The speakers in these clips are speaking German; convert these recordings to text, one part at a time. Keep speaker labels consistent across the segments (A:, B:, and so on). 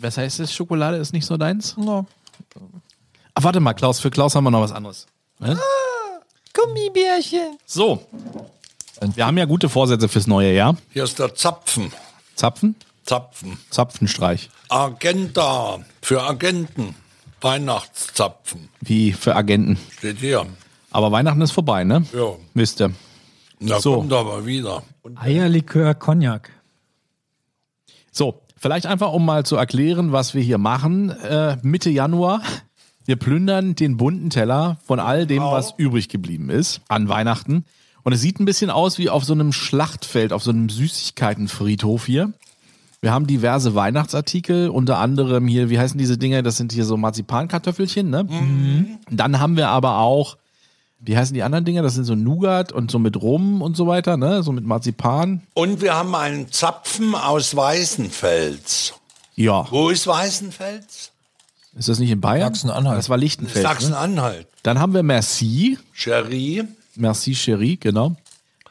A: Was heißt das? Schokolade ist nicht so deins?
B: No.
A: Ach, warte mal, Klaus. Für Klaus haben wir noch was anderes. Ne?
B: Gummibärchen.
A: So. Wir haben ja gute Vorsätze fürs neue Jahr.
C: Hier ist der Zapfen.
A: Zapfen?
C: Zapfen.
A: Zapfenstreich.
C: Agenda. Für Agenten. Weihnachtszapfen.
A: Wie für Agenten.
C: Steht hier.
A: Aber Weihnachten ist vorbei, ne?
C: Ja.
A: Wisst ihr.
C: Da
A: So.
C: kommt aber wieder.
B: Eierlikör, Cognac.
A: So, vielleicht einfach, um mal zu erklären, was wir hier machen. Äh, Mitte Januar. Wir plündern den bunten Teller von all dem, was übrig geblieben ist an Weihnachten. Und es sieht ein bisschen aus wie auf so einem Schlachtfeld, auf so einem Süßigkeitenfriedhof hier. Wir haben diverse Weihnachtsartikel, unter anderem hier, wie heißen diese Dinger? Das sind hier so Marzipankartoffelchen, ne? Dann haben wir aber auch, wie heißen die anderen Dinger? Das sind so Nougat und so mit Rum und so weiter, ne? So mit Marzipan.
C: Und wir haben einen Zapfen aus Weißenfels.
A: Ja.
C: Wo ist Weißenfels?
A: Ist das nicht in Bayern?
B: Sachsen-Anhalt.
A: Das war Lichtenfeld. Ne?
C: Sachsen-Anhalt.
A: Dann haben wir Merci.
C: Cherie.
A: Merci Chérie, genau.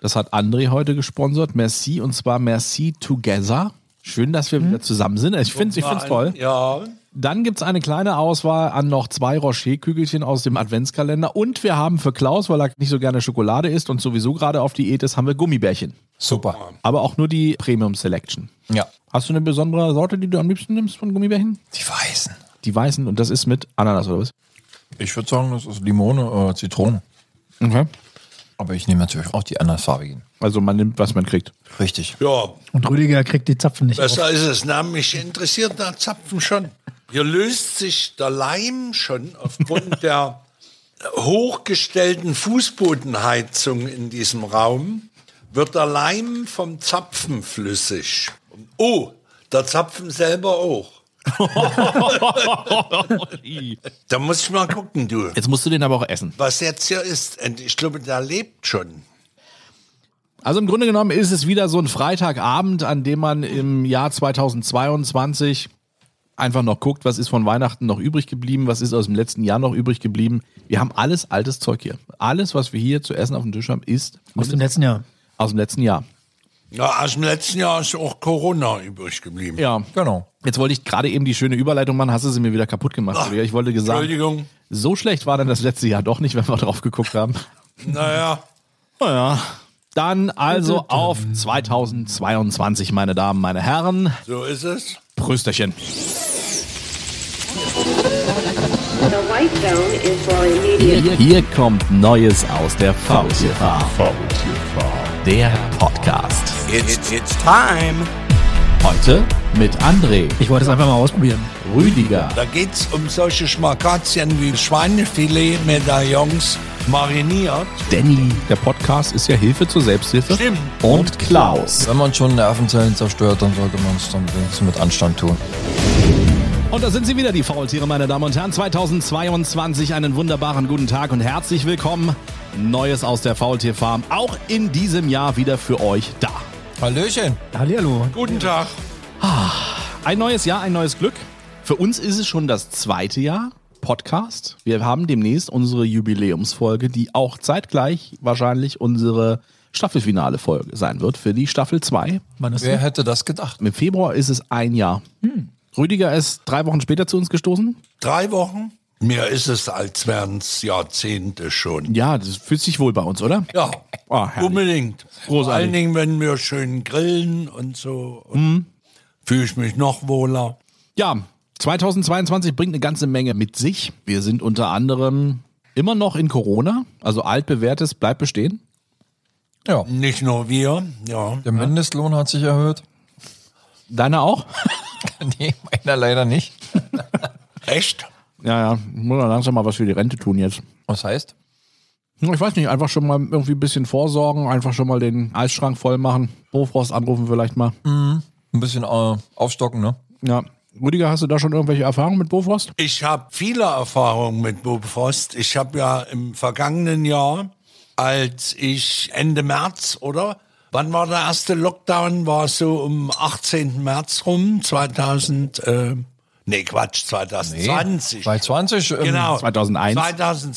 A: Das hat André heute gesponsert. Merci und zwar Merci Together. Schön, dass wir wieder zusammen sind. Ich finde es ich find's toll.
C: Ja.
A: Dann gibt es eine kleine Auswahl an noch zwei Rocher-Kügelchen aus dem Adventskalender. Und wir haben für Klaus, weil er nicht so gerne Schokolade isst und sowieso gerade auf Diät ist, haben wir Gummibärchen.
B: Super.
A: Aber auch nur die Premium Selection.
B: Ja.
A: Hast du eine besondere Sorte, die du am liebsten nimmst von Gummibärchen?
B: Die Weißen.
A: Die weißen und das ist mit Ananas oder was?
B: Ich würde sagen, das ist Limone oder Zitrone.
A: Okay.
B: Aber ich nehme natürlich auch die andersfarbigen.
A: Also man nimmt, was man kriegt.
B: Richtig.
C: Ja,
D: Und Rüdiger kriegt die Zapfen nicht auf.
C: besser ist es. Na, mich interessiert der Zapfen schon. Hier löst sich der Leim schon aufgrund der hochgestellten Fußbodenheizung in diesem Raum, wird der Leim vom Zapfen flüssig. Oh, der Zapfen selber auch. Da muss ich mal gucken, du.
A: Jetzt musst du den aber auch essen.
C: Was jetzt hier ist, und ich glaube, der lebt schon.
A: Also im Grunde genommen ist es wieder so ein Freitagabend, an dem man im Jahr 2022 einfach noch guckt, was ist von Weihnachten noch übrig geblieben, was ist aus dem letzten Jahr noch übrig geblieben. Wir haben alles altes Zeug hier. Alles, was wir hier zu essen auf dem Tisch haben, ist
D: Aus dem letzten Jahr.
A: aus dem letzten Jahr.
C: Ja, aus dem letzten Jahr ist auch Corona übrig geblieben.
A: Ja.
B: Genau.
A: Jetzt wollte ich gerade eben die schöne Überleitung machen, hast du sie mir wieder kaputt gemacht. Rüdiger. Ich wollte gesagt,
C: Entschuldigung.
A: so schlecht war dann das letzte Jahr doch nicht, wenn wir drauf geguckt haben.
C: Naja.
A: Naja. Dann also auf 2022, meine Damen, meine Herren.
C: So ist es.
A: Prösterchen.
E: The white zone is for immediate.
A: Hier, hier kommt Neues aus der VTV. Der Podcast.
F: It's, it's time.
A: Heute mit André,
D: Ich wollte es einfach mal ausprobieren.
A: Rüdiger,
C: Da geht es um solche Schmakazien wie Schweinefilet, Medaillons, mariniert.
A: Danny. Der Podcast ist ja Hilfe zur Selbsthilfe.
C: Stimmt.
A: Und Klaus.
B: Wenn man schon Nervenzellen zerstört, dann sollte man es dann wenigstens mit Anstand tun.
A: Und da sind sie wieder, die Faultiere, meine Damen und Herren. 2022, einen wunderbaren guten Tag und herzlich willkommen. Neues aus der Faultierfarm, auch in diesem Jahr wieder für euch da.
B: Hallöchen.
D: Hallihallo.
C: Guten Tag.
A: Ein neues Jahr, ein neues Glück. Für uns ist es schon das zweite Jahr Podcast. Wir haben demnächst unsere Jubiläumsfolge, die auch zeitgleich wahrscheinlich unsere Staffelfinale Folge sein wird für die Staffel 2.
D: Wann ist Hm.
B: Wer
D: denn?
B: hätte das gedacht?
A: Im Februar ist es ein Jahr. Rüdiger ist drei Wochen später zu uns gestoßen.
C: Drei Wochen? Mir ist es, als wären es Jahrzehnte schon.
A: Ja, das fühlt sich wohl bei uns, oder?
C: Ja,
A: Ah, herrlich.
C: unbedingt. Vor allen Dingen, wenn wir schön grillen und so, und fühle ich mich noch wohler.
A: Ja, 2022 bringt eine ganze Menge mit sich. Wir sind unter anderem immer noch in Corona, also altbewährtes bleibt bestehen.
B: Ja.
C: Nicht nur wir, ja.
B: Der Mindestlohn hat sich erhöht.
A: Deiner auch?
B: nee, meiner leider nicht.
C: Echt?
A: Ja, ja, muss man langsam mal was für die Rente tun jetzt.
B: Was heißt?
A: Na, Ich weiß nicht, einfach schon mal irgendwie ein bisschen vorsorgen, einfach schon mal den Eisschrank voll machen, Bofrost anrufen vielleicht mal.
B: Ein bisschen äh, aufstocken, ne?
A: Ja. Rüdiger, hast du da schon irgendwelche Erfahrungen mit Bofrost?
C: Ich habe viele Erfahrungen mit Bob Frost. Ich habe ja im vergangenen Jahr, als ich Ende März, oder? Wann war der erste Lockdown? War so um 18. März rum, 2000, äh, nee, Quatsch, 2020.
B: Bei 20. ähm,
C: genau.
A: 2001.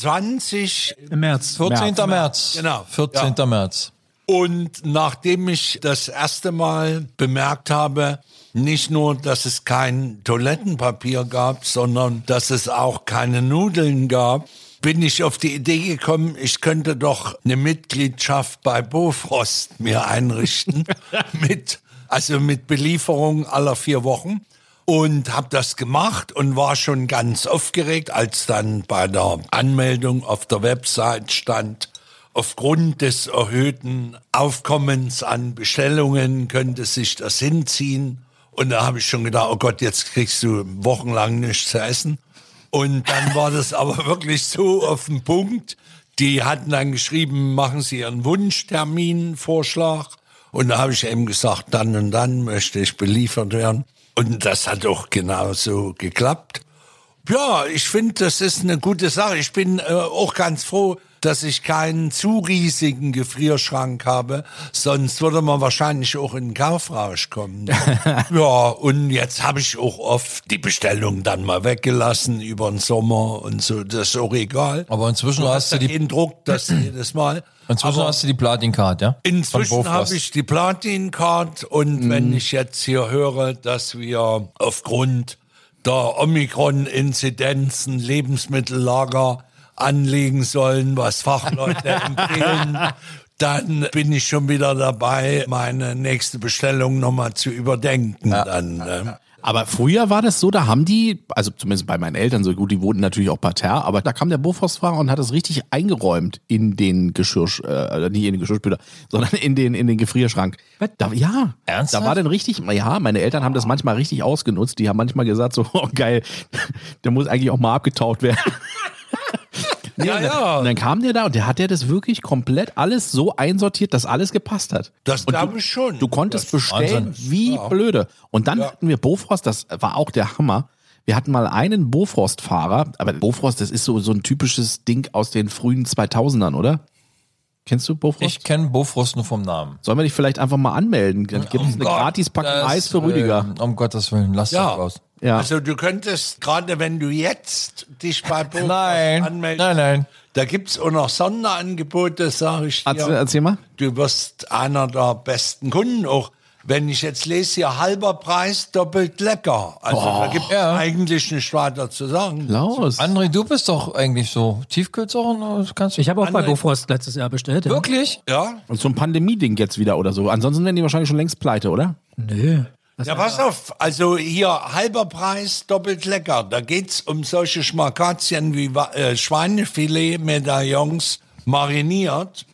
C: 2020.
D: Im März.
B: 14. März.
C: Genau.
B: 14. März.
C: Und nachdem ich das erste Mal bemerkt habe, nicht nur, dass es kein Toilettenpapier gab, sondern dass es auch keine Nudeln gab, bin ich auf die Idee gekommen, ich könnte doch eine Mitgliedschaft bei Bofrost mir einrichten, mit, also mit Belieferung aller vier Wochen. Und habe das gemacht und war schon ganz aufgeregt, als dann bei der Anmeldung auf der Website stand, Aufgrund des erhöhten Aufkommens an Bestellungen könnte sich das hinziehen. Und da habe ich schon gedacht, oh Gott, jetzt kriegst du wochenlang nichts zu essen. Und dann war das aber wirklich so auf den Punkt. Die hatten dann geschrieben, machen Sie Ihren Wunschterminvorschlag. Und da habe ich eben gesagt, dann und dann möchte ich beliefert werden. Und das hat auch genauso geklappt. Ja, ich finde, das ist eine gute Sache. Ich bin äh, auch ganz froh, dass ich keinen zu riesigen Gefrierschrank habe. Sonst würde man wahrscheinlich auch in den Kaufrausch kommen. ja, und jetzt habe ich auch oft die Bestellung dann mal weggelassen über den Sommer und so. Das ist auch egal.
B: Aber inzwischen
C: Du
B: hast du
C: ja
B: die,
C: den Druck, dass jedes Mal.
B: inzwischen
C: Aber-
B: hast du die Platin-Card, ja?
C: Inzwischen
B: Von Bofrost.
C: habe ich die Platin-Card und wenn ich jetzt hier höre, dass wir aufgrund der Omikron-Inzidenzen Lebensmittellager anlegen sollen, was Fachleute empfehlen, dann bin ich schon wieder dabei, meine nächste Bestellung nochmal zu überdenken. Dann, ne?
A: Aber früher war das so, da haben die, also zumindest bei meinen Eltern, so gut, die wohnten natürlich auch parterre, aber da kam der Bofors-Fahrer und hat es richtig eingeräumt in den Geschirr, äh, nicht in den Geschirrspüler, sondern in den, in den Gefrierschrank. Da, ja,
B: Ernsthaft?
A: da war dann richtig, ja, meine Eltern haben das manchmal richtig ausgenutzt. Die haben manchmal gesagt, so, oh geil, der muss eigentlich auch mal abgetaut werden. Nee,
C: Ja,
A: und
C: ja.
A: Dann, und dann kam der da und der hat ja das wirklich komplett alles so einsortiert, dass alles gepasst hat.
C: Das
A: Und du-
C: glaube ich schon.
A: Du konntest bestellen
B: Wahnsinn.
A: wie blöde. Und dann hatten wir Bofrost, das war auch der Hammer. Wir hatten mal einen Bofrost-Fahrer, aber Bofrost, das ist so, so ein typisches Ding aus den frühen 2000ern, oder? Kennst du Bofrost?
B: Ich kenne Bofrost nur vom Namen. Um
A: Sollen wir dich vielleicht einfach mal anmelden? Dann gibt es eine
B: Oh Gott,
A: Gratis-Packung
B: das,
A: Eis für Rüdiger.
B: ähm, um Gottes Willen, lass
C: Ja.
B: das raus.
A: Ja.
C: Also du könntest, gerade wenn du jetzt dich bei Bofrost
B: Nein, nein,
C: anmeldest,
B: nein.
C: da gibt es auch noch Sonderangebote, sage
B: äh,
C: ich dir.
A: Erzähl, erzähl mal.
C: du wirst einer der besten Kunden. Auch wenn ich jetzt lese, hier halber Preis, doppelt lecker. Also da gibt es
B: Ja.
C: eigentlich nicht weiter zu sagen.
A: Klaus.
B: André, du bist doch eigentlich so Tiefkühlsachen, oder kannst du
D: Ich habe auch bei
C: Andere-
D: Bofrost letztes Jahr bestellt. Ja.
B: wirklich?
C: Ja,
A: Und so ein Pandemie-Ding jetzt wieder oder so. Ansonsten wären die wahrscheinlich schon längst pleite, oder?
D: Nö. Das
C: ja pass auf. Also hier halber Preis, doppelt lecker. Da geht es um solche Schmarkazien wie Wa- äh, Schweinefilet, Medaillons, mariniert.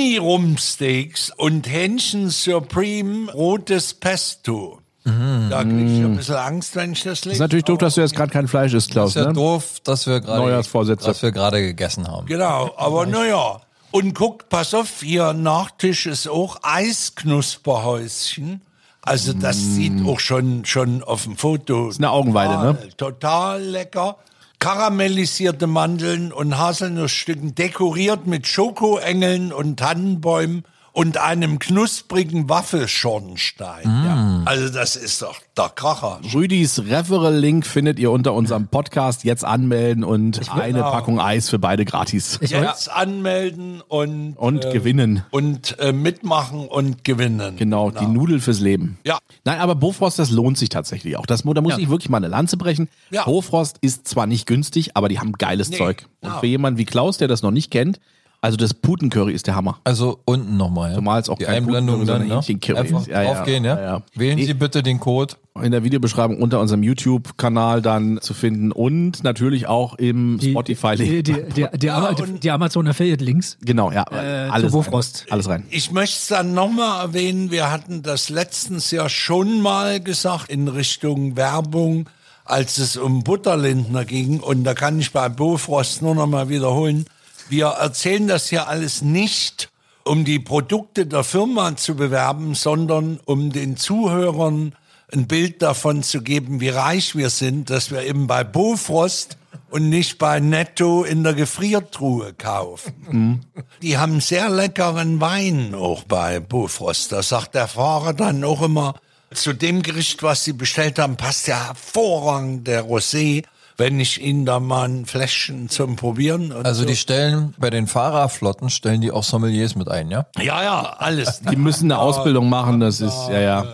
C: Mini-Rumsteaks und Hähnchen Supreme rotes Pesto. Da kriege ich ein bisschen Angst, wenn ich das lese.
A: Mhm. Ist natürlich doof, dass du jetzt gerade kein Fleisch isst, Klaus.
B: Ist ja
A: Ne?
B: doof, dass wir gerade
A: Neujahrsvorsätze.
B: dass wir gerade gegessen haben.
C: Genau, aber naja. Und guck, pass auf, ihr Nachtisch ist auch Eisknusperhäuschen. Also das sieht auch schon, schon auf dem Foto. Ist
A: Mm. eine Augenweide,
C: total,
A: ne?
C: Total lecker. Karamellisierte Mandeln und Haselnussstücken, dekoriert mit Schokoengeln und Tannenbäumen und einem knusprigen Waffelschornstein.
A: Mm.
C: Ja. Also das ist doch der Kracher.
A: Rüdis Referral-Link findet ihr unter unserem Podcast. Jetzt anmelden und eine Packung Eis für beide gratis.
C: Jetzt anmelden und, ähm,
A: Und gewinnen.
C: und äh, mitmachen und gewinnen.
A: Genau, die Nudel fürs Leben.
C: Ja.
A: Nein, aber Bofrost, das lohnt sich tatsächlich auch. Das, mu- da muss ich wirklich mal eine Lanze brechen.
C: Ja.
A: Bofrost ist zwar nicht günstig, aber die haben geiles Zeug. Und
C: genau.
A: für jemanden wie Klaus, der das noch nicht kennt, also das Putencurry ist der Hammer.
B: Also unten nochmal. Ja.
A: Zumal es auch
B: die
A: kein
B: Einblendung
A: Putencurry,
B: dann, ne?
A: sondern Hähnchencurry
B: Einfach
A: ist. Ja, ja.
B: draufgehen, ja.
A: Ja, ja.
B: Wählen
A: Nee.
B: Sie bitte den Code.
A: In der Videobeschreibung unter unserem YouTube-Kanal dann zu finden und natürlich auch im
D: Die, die,
A: Spotify-Link.
D: die, die, die, Ama- die, die Amazon Affiliate Links.
A: Genau, ja.
D: Äh,
A: alles,
D: zu Bofrost.
A: Rein. alles rein.
C: Ich möchte es dann nochmal erwähnen, wir hatten das letztens ja schon mal gesagt in Richtung Werbung, als es um Butterlindner ging. Und da kann ich bei Bofrost nur nochmal wiederholen, wir erzählen das hier alles nicht, um die Produkte der Firma zu bewerben, sondern um den Zuhörern ein Bild davon zu geben, wie reich wir sind, dass wir eben bei Bofrost und nicht bei Netto in der Gefriertruhe kaufen. Die haben sehr leckeren Wein auch bei Bofrost. Da sagt der Fahrer dann auch immer, zu dem Gericht, was sie bestellt haben, passt ja hervorragend der Rosé, wenn ich ihnen da mal ein Fläschchen zum Probieren. Und
B: Also
C: so.
B: die stellen bei den Fahrerflotten stellen die auch Sommeliers mit ein, ja?
C: Ja, ja, alles.
A: Die müssen eine Ausbildung machen, das ist, ja, ja.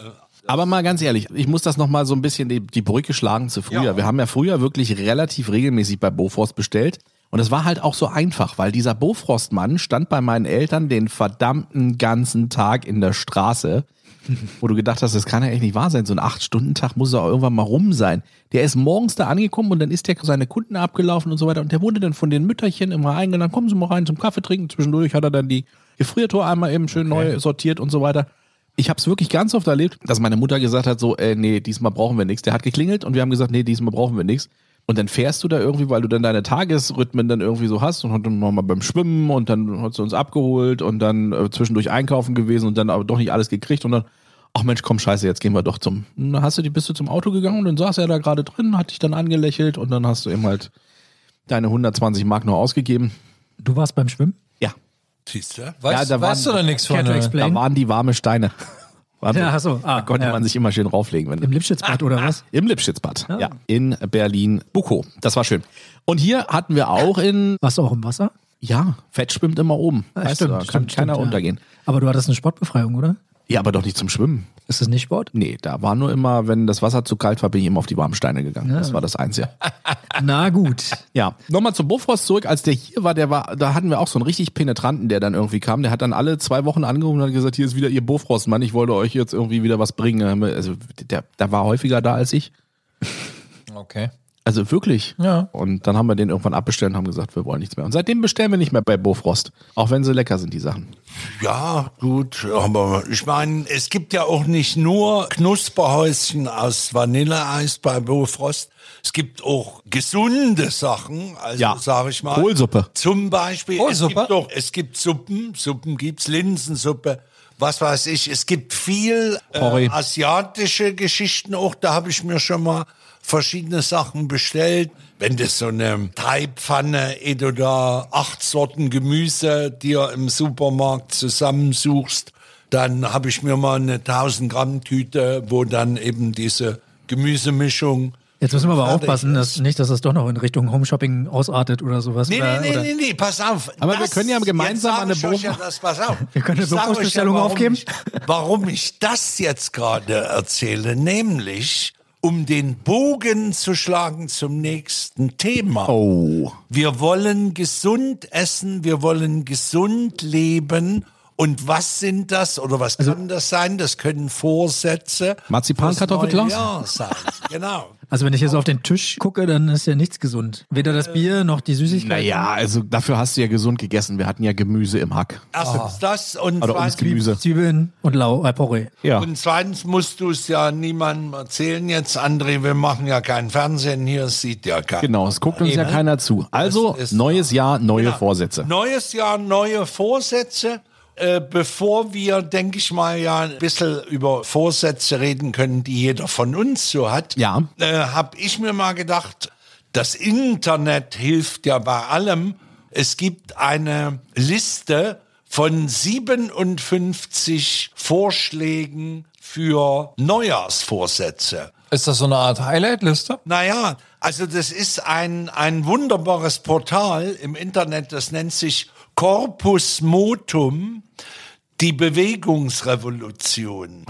A: Aber mal ganz ehrlich, ich muss das nochmal so ein bisschen die, die Brücke schlagen zu früher. Wir haben ja früher wirklich relativ regelmäßig bei Bofrost bestellt. Und es war halt auch so einfach, weil dieser Bofrostmann stand bei meinen Eltern den verdammten ganzen Tag in der Straße, wo du gedacht hast, das kann ja echt nicht wahr sein. So ein Acht-Stunden-Tag muss er auch irgendwann mal rum sein. Der ist morgens da angekommen und dann ist der seine Kunden abgelaufen und so weiter. Und der wurde dann von den Mütterchen immer eingeladen, kommen Sie mal rein zum Kaffee trinken. Zwischendurch hat er dann die Gefriertor einmal eben schön neu sortiert und so weiter. Ich habe es wirklich ganz oft erlebt, dass meine Mutter gesagt hat, so, äh, nee, diesmal brauchen wir nichts. Der hat geklingelt und wir haben gesagt, nee, diesmal brauchen wir nichts. Und dann fährst du da irgendwie, weil du dann deine Tagesrhythmen dann irgendwie so hast und dann noch mal beim Schwimmen und dann hat sie uns abgeholt und dann äh, zwischendurch einkaufen gewesen und dann aber doch nicht alles gekriegt und dann, ach Mensch, komm, scheiße, jetzt gehen wir doch zum. Und dann hast du, die- bist du zum Auto gegangen und dann saß er da gerade drin, hat dich dann angelächelt und dann hast du eben halt deine 120 Mark noch ausgegeben.
D: Du warst beim Schwimmen?
A: Ja,
C: Siehst du?
B: Weißt,
A: da
B: weißt du
A: waren-
B: da nichts von?
D: Can't
B: ne?
D: explain.
A: da waren die warme Steine. Wahnsinn.
D: Ja, ach so,
A: da
D: ah,
A: konnte
D: ja.
A: man sich immer schön rauflegen. Wenn
D: Im Ah. Lipschitzbad oder was?
A: Im Lipschitzbad, ja. In Berlin-Bukow. Das war schön. Und hier hatten wir auch in,
D: Warst du auch im Wasser?
A: ja, Fett schwimmt immer oben.
D: Ah,
A: weißt du, da kann keiner
D: ja.
A: untergehen.
D: Aber du hattest eine Sportbefreiung, oder?
A: Ja, aber doch nicht zum Schwimmen.
D: Ist das nicht Sport?
A: Nee, da war nur immer, wenn das Wasser zu kalt war, bin ich immer auf die warmen Steine gegangen. Das war das Einzige.
D: Na gut.
A: Ja, nochmal zum Bofrost zurück. Als der hier war, der war, da hatten wir auch so einen richtig penetranten, der dann irgendwie kam. Der hat dann alle zwei Wochen angerufen und hat gesagt, hier ist wieder ihr Bofrost, Mann. Ich wollte euch jetzt irgendwie wieder was bringen. Also der, der war häufiger da als ich.
B: Okay.
A: Also wirklich.
B: Ja.
A: Und dann haben wir den irgendwann abbestellt und haben gesagt, wir wollen nichts mehr. Und seitdem bestellen wir nicht mehr bei Bofrost. Auch wenn sie lecker sind, die Sachen.
C: Ja, gut, aber ich meine, es gibt ja auch nicht nur Knusperhäuschen aus Vanilleeis bei Bofrost. Es gibt auch gesunde Sachen, also
A: Ja.
C: sage ich mal.
A: Kohlsuppe.
C: Zum Beispiel, es,
B: Kohlsuppe?
C: gibt doch, es gibt Suppen, Suppen gibt's, Linsensuppe, was weiß ich. Es gibt viel
A: Porree.
C: äh, asiatische Geschichten auch, da habe ich mir schon mal verschiedene Sachen bestellt. Wenn das so eine Thai-Pfanne, eh du da acht Sorten Gemüse dir im Supermarkt zusammensuchst, dann habe ich mir mal eine 1000-Gramm-Tüte, wo dann eben diese Gemüsemischung
D: Jetzt müssen wir aber
C: Fertig
D: aufpassen, dass nicht, dass das doch noch in Richtung Homeshopping ausartet oder sowas.
C: Nee,
D: oder,
C: nee, nee,
D: oder
C: nee, nee, pass auf.
A: Aber wir können ja gemeinsam
C: jetzt sag
A: eine
C: ich euch
A: Bo-
C: ja das, pass auf.
D: Wir können eine
C: Ich sag euch
D: Berufsbestellung
C: warum
D: aufgeben.
C: Ich, warum ich das jetzt gerade erzähle, nämlich um den Bogen zu schlagen zum nächsten Thema.
A: Oh.
C: Wir wollen gesund essen, wir wollen gesund leben. Und was sind das oder was
A: Also-
C: kann das sein? Das können Vorsätze.
A: Marzipankartoffelklaus?
C: Ja, sein. Genau.
D: Also wenn ich jetzt auf den Tisch gucke, dann ist ja nichts gesund. Weder das
C: Äh,
D: Bier noch die Süßigkeiten.
A: Naja, also dafür hast du ja gesund gegessen. Wir hatten ja Gemüse im Hack.
C: Erstens Also das und
A: Ah. Oder ums
C: zweitens
A: Gemüse.
D: Zwiebeln und Lau, äh, Porree.
A: Ja.
C: Und zweitens musst du es ja niemandem erzählen jetzt, André, wir machen ja kein Fernsehen hier, es sieht ja keiner.
A: Genau, es guckt uns ja
C: Eben.
A: keiner zu. Also,
C: ist
A: neues Jahr, neue
C: Genau.
A: Vorsätze.
C: Neues Jahr, neue Vorsätze. Äh, bevor wir, denke ich mal, ja ein bisschen über Vorsätze reden können, die jeder von uns so hat,
A: Ja.
C: äh, habe ich mir mal gedacht, das Internet hilft ja bei allem. Es gibt eine Liste von 57 Vorschlägen für Neujahrsvorsätze.
B: Ist das so eine Art Highlight-Liste?
C: Naja, also das ist ein, ein wunderbares Portal im Internet, das nennt sich Corpus Motum, die Bewegungsrevolution.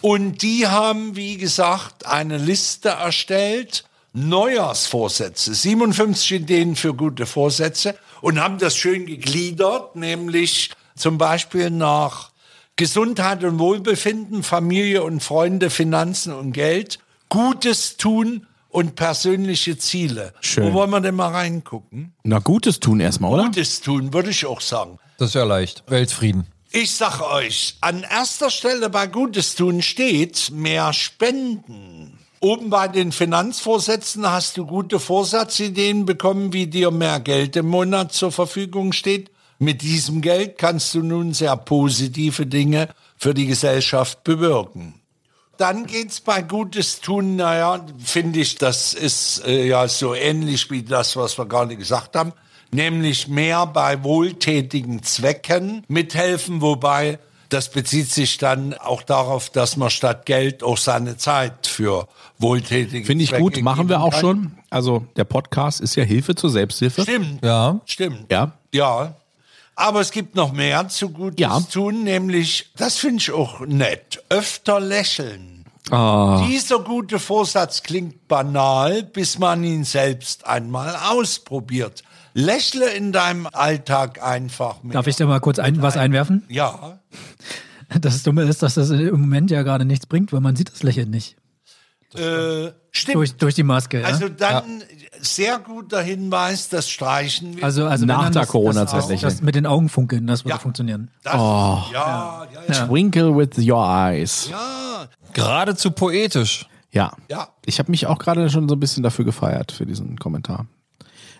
C: Und die haben, wie gesagt, eine Liste erstellt, Neujahrsvorsätze, 57 Ideen für gute Vorsätze und haben das schön gegliedert, nämlich zum Beispiel nach Gesundheit und Wohlbefinden, Familie und Freunde, Finanzen und Geld, Gutes tun und persönliche Ziele.
A: Schön.
C: Wo wollen wir denn mal reingucken?
A: Na, Gutes tun erstmal, oder?
C: Gutes tun, würde ich auch sagen.
B: Das ist ja leicht. Weltfrieden.
C: Ich sag euch, an erster Stelle bei Gutes tun steht mehr Spenden. Oben bei den Finanzvorsätzen hast du gute Vorsatzideen bekommen, wie dir mehr Geld im Monat zur Verfügung steht. Mit diesem Geld kannst du nun sehr positive Dinge für die Gesellschaft bewirken. Dann geht's bei Gutes tun, naja, finde ich, das ist äh, ja so ähnlich wie das, was wir gerade gesagt haben, nämlich mehr bei wohltätigen Zwecken mithelfen, wobei das bezieht sich dann auch darauf, dass man statt Geld auch seine Zeit für wohltätige
A: Finde ich
C: Zwecke
A: gut, machen wir
C: geben
A: auch
C: kann.
A: schon. Also, der Podcast ist ja Hilfe zur Selbsthilfe.
C: Stimmt,
B: Ja.
C: stimmt.
A: Ja.
C: Ja. Aber es gibt noch mehr zu Gutes
A: Ja.
C: tun, nämlich, das finde ich auch nett, öfter lächeln. Dieser gute Vorsatz klingt banal, bis man ihn selbst einmal ausprobiert. Lächle in deinem Alltag einfach mit.
D: Darf ich da mal kurz ein, was einwerfen?
C: Ja,
D: Das Dumme ist, dass das im Moment ja gerade nichts bringt, weil man sieht das Lächeln nicht.
C: äh, stimmt.
D: Durch, durch die Maske. Ja?
C: also dann sehr guter Hinweis, das Streichen. wir.
D: also, also
A: Nach
D: wenn dann
A: der
D: das-
A: Corona-Zeit
D: das,
A: lächeln.
D: das mit den Augen funkeln, das würde
C: Ja.
D: funktionieren.
C: das, ja, ja, ja, ja,
A: Twinkle with your eyes. Ja.
B: Geradezu poetisch.
A: ja.
C: Ja.
A: Ich habe mich auch gerade schon so ein bisschen dafür gefeiert, für diesen Kommentar.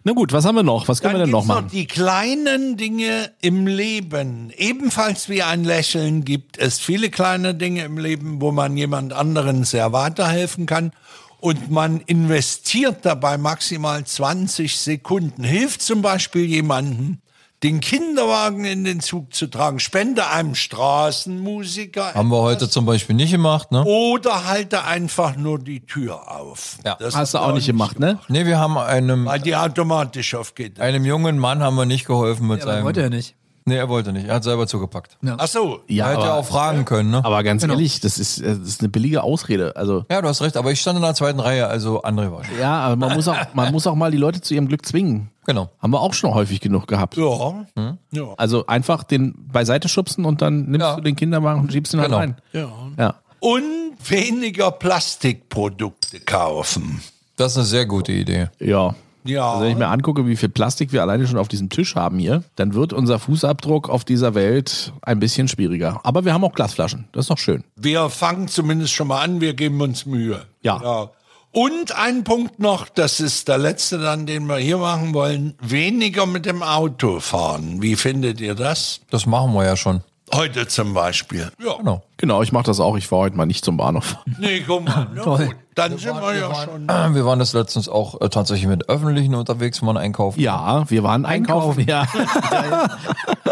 A: Na gut, was haben wir noch? Was können wir
C: Dann
A: denn noch
C: gibt's
A: machen?
C: die kleinen Dinge im Leben. Ebenfalls wie ein Lächeln gibt es viele kleine Dinge im Leben, wo man jemand anderen sehr weiterhelfen kann. Und man investiert dabei maximal 20 Sekunden. Hilft zum Beispiel jemandem, den Kinderwagen in den Zug zu tragen. Spende einem Straßenmusiker
B: Haben wir heute zum Beispiel nicht gemacht, ne?
C: oder halte einfach nur die Tür auf.
B: Ja.
C: Das
A: Hast du auch nicht gemacht, ne?
B: Ne, wir haben einem,
C: Weil die automatisch aufgeht.
A: Äh,
B: einem jungen Mann haben wir nicht geholfen mit
D: Ja, aber
B: seinem.
D: wollte er nicht.
B: Nee, er wollte nicht. Er hat selber zugepackt.
C: Ach so.
A: Ja,
B: er hätte ja
A: aber,
B: auch fragen können, ne?
A: aber ganz ehrlich, das ist, äh, das ist eine billige Ausrede. Also
B: ja, du hast recht, aber ich stand in der zweiten Reihe, also André war schon.
A: ja, aber man muss auch, man muss auch mal die Leute zu ihrem Glück zwingen.
B: Genau.
A: Haben wir auch schon häufig genug gehabt.
C: Ja. ja.
A: Also einfach den beiseite schubsen und dann nimmst
B: Ja.
A: du den Kinderwagen und schiebst ihn
B: Genau.
A: halt rein. Ja. ja.
C: und weniger Plastikprodukte kaufen.
B: Das ist eine sehr gute Idee.
A: Ja.
C: Ja.
A: Also wenn ich mir angucke, wie viel Plastik wir alleine schon auf diesem Tisch haben hier, dann wird unser Fußabdruck auf dieser Welt ein bisschen schwieriger. Aber wir haben auch Glasflaschen. Das ist doch schön.
C: Wir fangen zumindest schon mal an, wir geben uns Mühe. Genau.
A: Ja.
C: Und ein Punkt noch, das ist der letzte dann, den wir hier machen wollen, weniger mit dem Auto fahren. Wie findet ihr das?
B: Das machen wir ja schon.
C: Heute zum Beispiel. Ja,
B: Genau.
A: Genau, ich mache das auch. Ich fahre heute mal nicht zum Bahnhof.
C: nee, guck mal. Na
D: Toll.
C: gut, dann sind wir ja schon.
B: Wir waren das letztens auch äh, tatsächlich mit Öffentlichen unterwegs, wo man einkaufen.
A: Ja, wir waren einkaufen. Ja.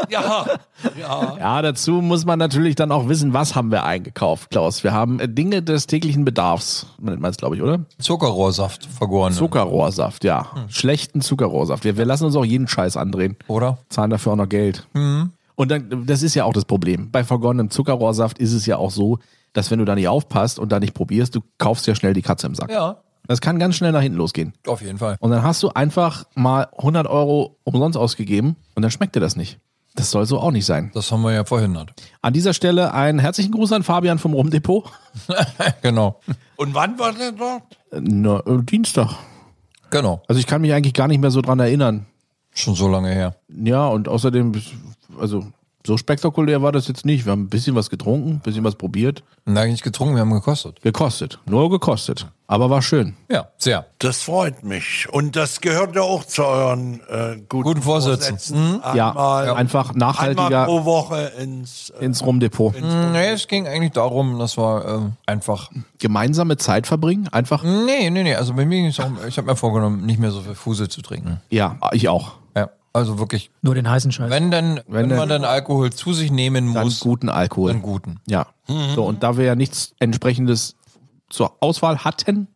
C: Ja,
A: ja, dazu muss man natürlich dann auch wissen, was haben wir eingekauft, Klaus. Wir haben äh, Dinge des täglichen Bedarfs, nennt man es, glaube ich, oder?
B: Zuckerrohrsaft vergoren.
A: Zuckerrohrsaft, ja. Schlechten Zuckerrohrsaft. Wir, wir lassen uns auch jeden Scheiß andrehen.
B: Oder?
A: Zahlen dafür auch noch Geld. Und dann, das ist ja auch das Problem. Bei vergonnenem Zuckerrohrsaft ist es ja auch so, dass wenn du da nicht aufpasst und da nicht probierst, du kaufst ja schnell die Katze im Sack.
B: ja,
A: Das kann ganz schnell nach hinten losgehen.
B: auf jeden Fall.
A: Und dann hast du einfach mal 100 Euro umsonst ausgegeben und dann schmeckt dir das nicht. Das soll so auch nicht sein.
B: Das haben wir ja verhindert.
A: An dieser Stelle einen herzlichen Gruß an Fabian vom Rumdepot.
B: Genau.
C: und wann war der dort?
A: Äh, Na, äh, Dienstag.
B: Genau.
A: Also ich kann mich eigentlich gar nicht mehr so dran erinnern.
B: Schon so lange her.
A: Ja, und außerdem, also so spektakulär war das jetzt nicht. Wir haben ein bisschen was getrunken, ein bisschen was probiert.
B: Nein, nicht getrunken, wir haben gekostet.
A: Gekostet. Nur gekostet. Aber war schön.
B: Ja, sehr.
C: Das freut mich. Und das gehört ja auch zu euren äh, guten,
B: Guten Vorsätzen.
A: Hm? Ja,
C: Einmal-
A: einfach nachhaltiger
C: Einmal pro Woche ins äh,
A: ins Rumdepot.
B: Hm, Nee, es ging eigentlich darum, dass wir ähm, einfach.
A: Gemeinsame Zeit verbringen. Einfach.
B: Nee, nee, nee. Also bei mir ging es darum, ich habe mir vorgenommen, nicht mehr so viel Fusel zu trinken.
A: Ja, ich auch.
B: Ja. Also wirklich.
D: Nur den heißen Scheiß.
B: Wenn dann, wenn,
A: dann-
B: man dann Alkohol zu sich nehmen
A: Dann
B: muss,
A: guten Alkohol.
B: dann guten.
A: Ja.
C: Mhm.
A: So, und da wir ja nichts entsprechendes zur Auswahl hatten,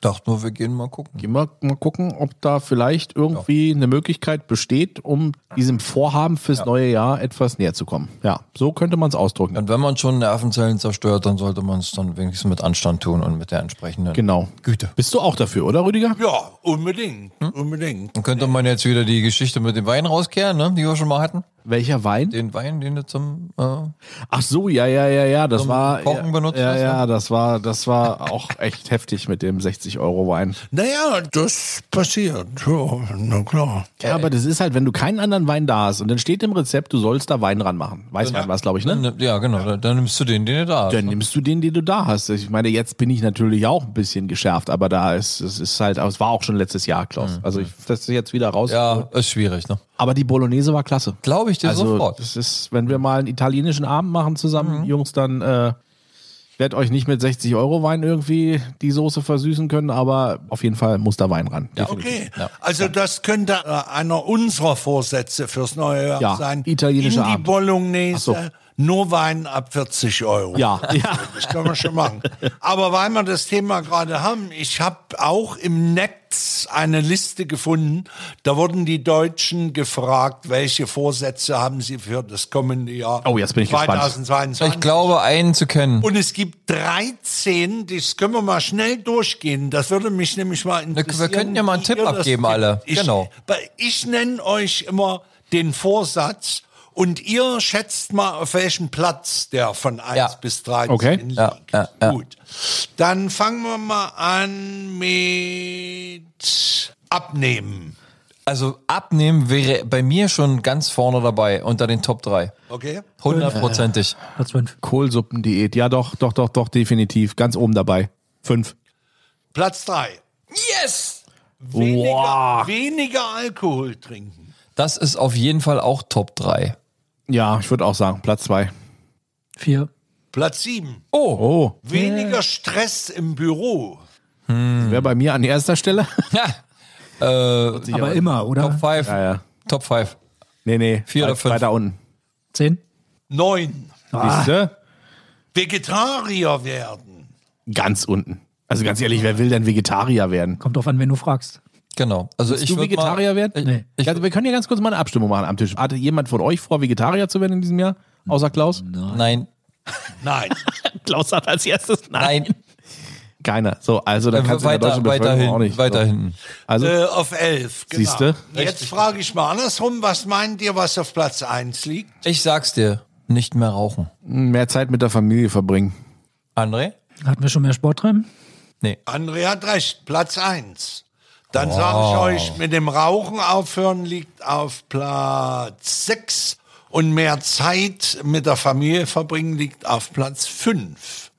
B: Dachte nur, wir gehen mal gucken.
A: gehen wir mal gucken, ob da vielleicht irgendwie eine Möglichkeit besteht, um diesem Vorhaben fürs neue Jahr etwas näher zu kommen. Ja, so könnte man es ausdrücken.
B: Und wenn man schon Nervenzellen zerstört, dann sollte man es dann wenigstens mit Anstand tun und mit der entsprechenden.
A: Genau.
B: Güte.
A: Bist du auch dafür, oder Rüdiger?
C: Ja, unbedingt, unbedingt.
B: Dann könnte man jetzt wieder die Geschichte mit dem Wein rauskehren, ne? die wir schon mal hatten.
A: Welcher Wein?
B: Den Wein, den du zum. Äh,
A: Ach so, ja, ja, ja, ja, das
B: Zum
A: war
B: Kochen
A: ja,
B: benutzt
A: Ja,
B: hast,
A: ja, das war, das war auch echt heftig mit dem 60 Euro Wein.
C: Naja, das passiert. Ja, na klar.
A: Ja, aber das ist halt, wenn du keinen anderen Wein da hast und dann steht im Rezept, du sollst da Wein ranmachen. Weißwein war's, glaube ich, ne?
B: ne- ja, genau. Dann, dann nimmst du den, den du da hast.
A: Dann nimmst du den, den du da hast. Ich meine, jetzt bin ich natürlich auch ein bisschen geschärft, aber da ist es ist halt, aber es war auch schon letztes Jahr, Klaus. Also ich das ist jetzt wieder raus.
B: Mhm. Ja, ist schwierig, ne?
A: Aber die Bolognese war klasse.
B: Glaube ich dir
A: also
B: sofort. Mhm.
A: das ist, wenn wir mal einen italienischen Abend machen zusammen, Jungs, dann äh, werdet euch nicht mit 60 Euro Wein irgendwie die Soße versüßen können, aber auf jeden Fall muss da Wein ran. Ja,
C: Okay, also das könnte äh, einer unserer Vorsätze fürs neue Jahr
A: Ja,
C: sein.
A: italienischer
C: In die
A: Abend.
C: Bolognese
A: Ach so.
C: Nur Wein ab 40 Euro.
A: Ja, ja.
C: Das kann man schon machen. Aber weil wir das Thema gerade haben, ich habe auch im Netz eine Liste gefunden. Da wurden die Deutschen gefragt, welche Vorsätze haben sie für das kommende Jahr.
A: Oh, jetzt bin ich gespannt.
C: 2022.
B: Ich glaube, einen zu kennen.
C: Und es gibt 13, das können wir mal schnell durchgehen. Das würde mich nämlich mal interessieren.
B: könnten ja mal einen
C: wie
B: Tipp
C: ihr das
B: abgeben,
C: tippt.
B: alle.
C: Ich,
B: Genau.
C: weil Ich nenne euch immer den Vorsatz und ihr schätzt mal, auf welchen Platz der von 1
B: Ja.
C: bis 13
A: Okay.
C: liegt.
B: Ja, ja, ja.
C: Gut. Dann fangen wir mal an mit Abnehmen.
B: Also abnehmen wäre bei mir schon ganz vorne dabei, unter den Top 3.
C: Okay?
B: Hundertprozentig.
D: Platz 5.
A: Kohlsuppendiät. Ja, doch, doch, doch, doch, definitiv. Ganz oben dabei. Fünf.
C: Platz 3.
B: Yes!
C: Weniger,
A: Wow.
C: weniger Alkohol trinken.
B: Das ist auf jeden Fall auch Top 3.
A: Ja, ich würde auch sagen, Platz zwei.
D: 4.
C: Platz 7.
A: Oh,
C: Weniger Stress im Büro.
A: wäre Hm. bei mir an erster Stelle.
B: äh,
D: Aber immer,
B: Top
D: oder?
B: 5.
A: Ja, ja.
B: Top 5.
A: Nee, nee.
B: Vier oder
A: weit-
B: fünf. Ah.
A: Weiter unten.
D: 10.
C: Neun.
A: Siehste?
C: Vegetarier werden.
A: Ganz unten. Also ganz ehrlich, wer will denn Vegetarier werden?
D: Kommt drauf an, wenn du fragst.
B: Genau. Also ich
A: du
B: würd
A: Vegetarier
B: mal, Äh,
A: werden?
D: Nee.
B: Ich,
A: also wir können ja ganz kurz mal eine Abstimmung machen am Tisch. Hatte jemand von euch vor, Vegetarier zu werden in diesem Jahr? Außer Klaus?
B: nein,
C: Nein.
A: Klaus hat als erstes
B: nein.
A: Keiner. So, also dann
B: Äh,
A: kannst du in der
B: weiter,
A: deutschen
B: weiter,
A: Bevölkerung auch
B: hin,
A: nicht.
B: weiter
A: so.
B: hinten.
A: Also,
C: äh, auf elf. Genau.
A: Siehste?
C: Jetzt frage ich mal andersrum. Was meint ihr, was auf Platz eins liegt?
B: Ich sag's dir, nicht mehr rauchen.
A: mehr Zeit mit der Familie verbringen.
B: André?
D: Hatten wir schon mehr Sport treiben?
C: André hat recht. Platz eins. Dann sage ich euch, mit dem Rauchen aufhören liegt auf Platz sechs und mehr Zeit mit der Familie verbringen liegt auf Platz fünf.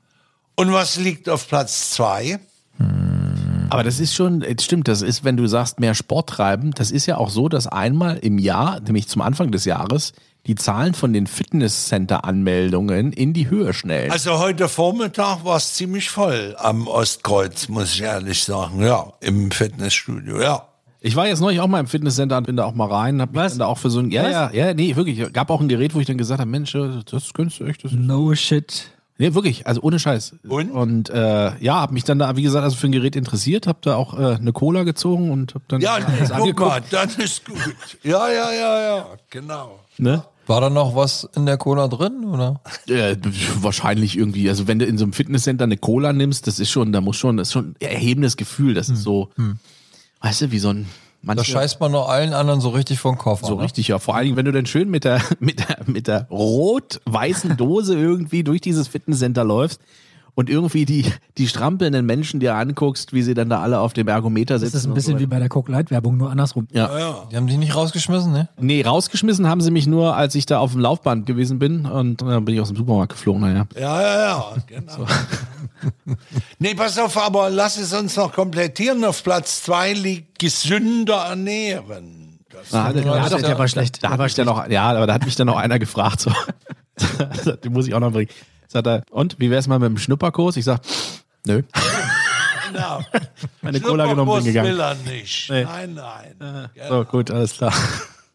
C: Und was liegt auf Platz zwei?
B: Mhm.
A: Aber das ist schon, es stimmt, das ist, wenn du sagst, mehr Sport treiben, das ist ja auch so, dass einmal im Jahr, nämlich zum Anfang des Jahres, die Zahlen von den Fitnesscenter-Anmeldungen in die Höhe schnellen.
C: Also heute Vormittag war es ziemlich voll am Ostkreuz, muss ich ehrlich sagen. Ja, im Fitnessstudio, ja.
A: Ich war jetzt neulich auch mal im Fitnesscenter und bin da auch mal rein, hab mich dann da auch für so ein, ja, ja, ja, nee, wirklich, gab auch ein Gerät, wo ich dann gesagt habe, Mensch, das könntest du echt, das ist
D: No shit.
A: Nee, wirklich, also ohne Scheiß.
C: Und?
A: Und äh, ja, hab mich dann da, wie gesagt, also für ein Gerät interessiert, hab da auch äh, eine Cola gezogen und hab dann mir
C: Ja, nee,
A: alles
C: guck
A: angeguckt.
C: mal, dann ist gut. Ja, ja, ja, ja, genau.
A: Ne?
B: War da noch was in der Cola drin, oder?
A: Äh, wahrscheinlich irgendwie, also wenn du in so einem Fitnesscenter eine Cola nimmst, das ist schon, da muss schon, das ist schon ein erhebendes Gefühl, das ist so, weißt du, wie so ein,
B: Da
A: manche,
B: scheißt man noch allen anderen so richtig vor den Koffer.
A: so
B: ne?
A: richtig, ja, vor allen Dingen, wenn du dann schön mit der, mit der, mit der rot-weißen Dose irgendwie durch dieses Fitnesscenter läufst und irgendwie die, die strampelnden Menschen dir anguckst, wie sie dann da alle auf dem Ergometer sitzen.
D: Das ist ein
A: und
D: bisschen
A: so
D: wie bei der Coke Light Werbung, nur andersrum.
B: Die haben dich nicht rausgeschmissen, ne?
A: Nee, rausgeschmissen haben sie mich nur, als ich da auf dem Laufband gewesen bin und dann bin ich aus dem Supermarkt geflogen, naja.
C: Ja, ja, ja, genau. Nee, pass auf, aber lass es uns noch komplettieren. Auf Platz zwei liegt gesünder ernähren. Das
A: Da hat, da hat,
B: das
A: auch-
B: ist
A: der
B: ja-
A: war schlecht. Da hat mich dann noch, ja, aber da hat mich dann noch einer gefragt, so. Den muss ich auch noch bringen. Sagt er, und, wie wär's mal mit dem Schnupperkurs? Ich sag, nö.
C: genau.
A: Meine Cola genommen, bin
C: Schnupperkurs
A: gegangen.
C: will er nicht. Nein, nein.
A: So, gut, alles klar.